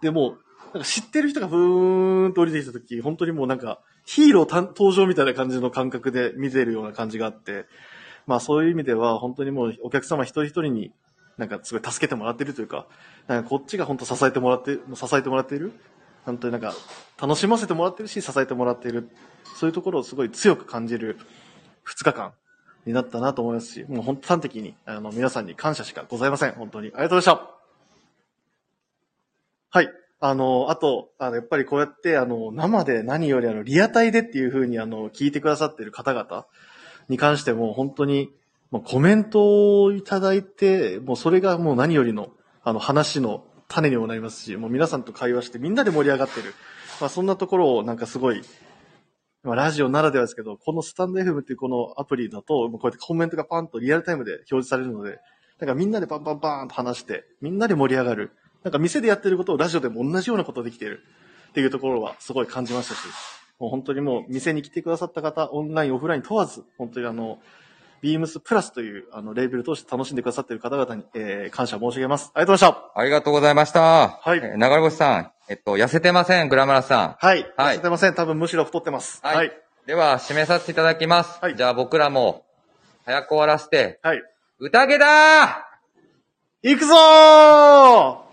[SPEAKER 1] で、もう、なんか知ってる人がふーんと降りてきた時、本当にもうなんか、ヒーローたん登場みたいな感じの感覚で見てるような感じがあって、まあそういう意味では、本当にもうお客様一人一人に、なんかすごい助けてもらってるというか、なんかこっちが本当支えてもらって、支えてもらっている本当になんか、楽しませてもらってるし、支えてもらっている。そういうところをすごい強く感じる2日間になったなと思いますし、もう本当端的に、あの、皆さんに感謝しかございません。本当に。ありがとうございました。はい。あの、あと、あの、やっぱりこうやって、あの、生で何よりあの、リアタイでっていう風にあの、聞いてくださってる方々に関しても、本当に、もうコメントをいただいて、もうそれがもう何よりの、あの、話の種にもなりますし、もう皆さんと会話してみんなで盛り上がってる。まあそんなところをなんかすごい、まあラジオならではですけど、このスタンド FM っていうこのアプリだと、もうこうやってコメントがパンとリアルタイムで表示されるので、なんかみんなでバンバンバーンと話して、みんなで盛り上がる。なんか店でやってることをラジオでも同じようなことできてるっていうところはすごい感じましたし、もう本当にもう店に来てくださった方、オンライン、オフライン問わず、本当にあの、ビームスプラスというあのレーベルを通して楽しんでくださっている方々に、えー感謝申し上げます。ありがとうございました。
[SPEAKER 11] ありがとうございました。
[SPEAKER 1] はい。
[SPEAKER 11] 流れ星さん、えっと、痩せてません、グラマラスさん。
[SPEAKER 1] はい。
[SPEAKER 11] はい
[SPEAKER 1] 痩せてません。多分むしろ太ってます。はい。
[SPEAKER 11] では、締めさせていただきます。じゃあ僕らも、早く終わらせて、
[SPEAKER 1] はい。
[SPEAKER 11] 宴だー
[SPEAKER 1] 行くぞー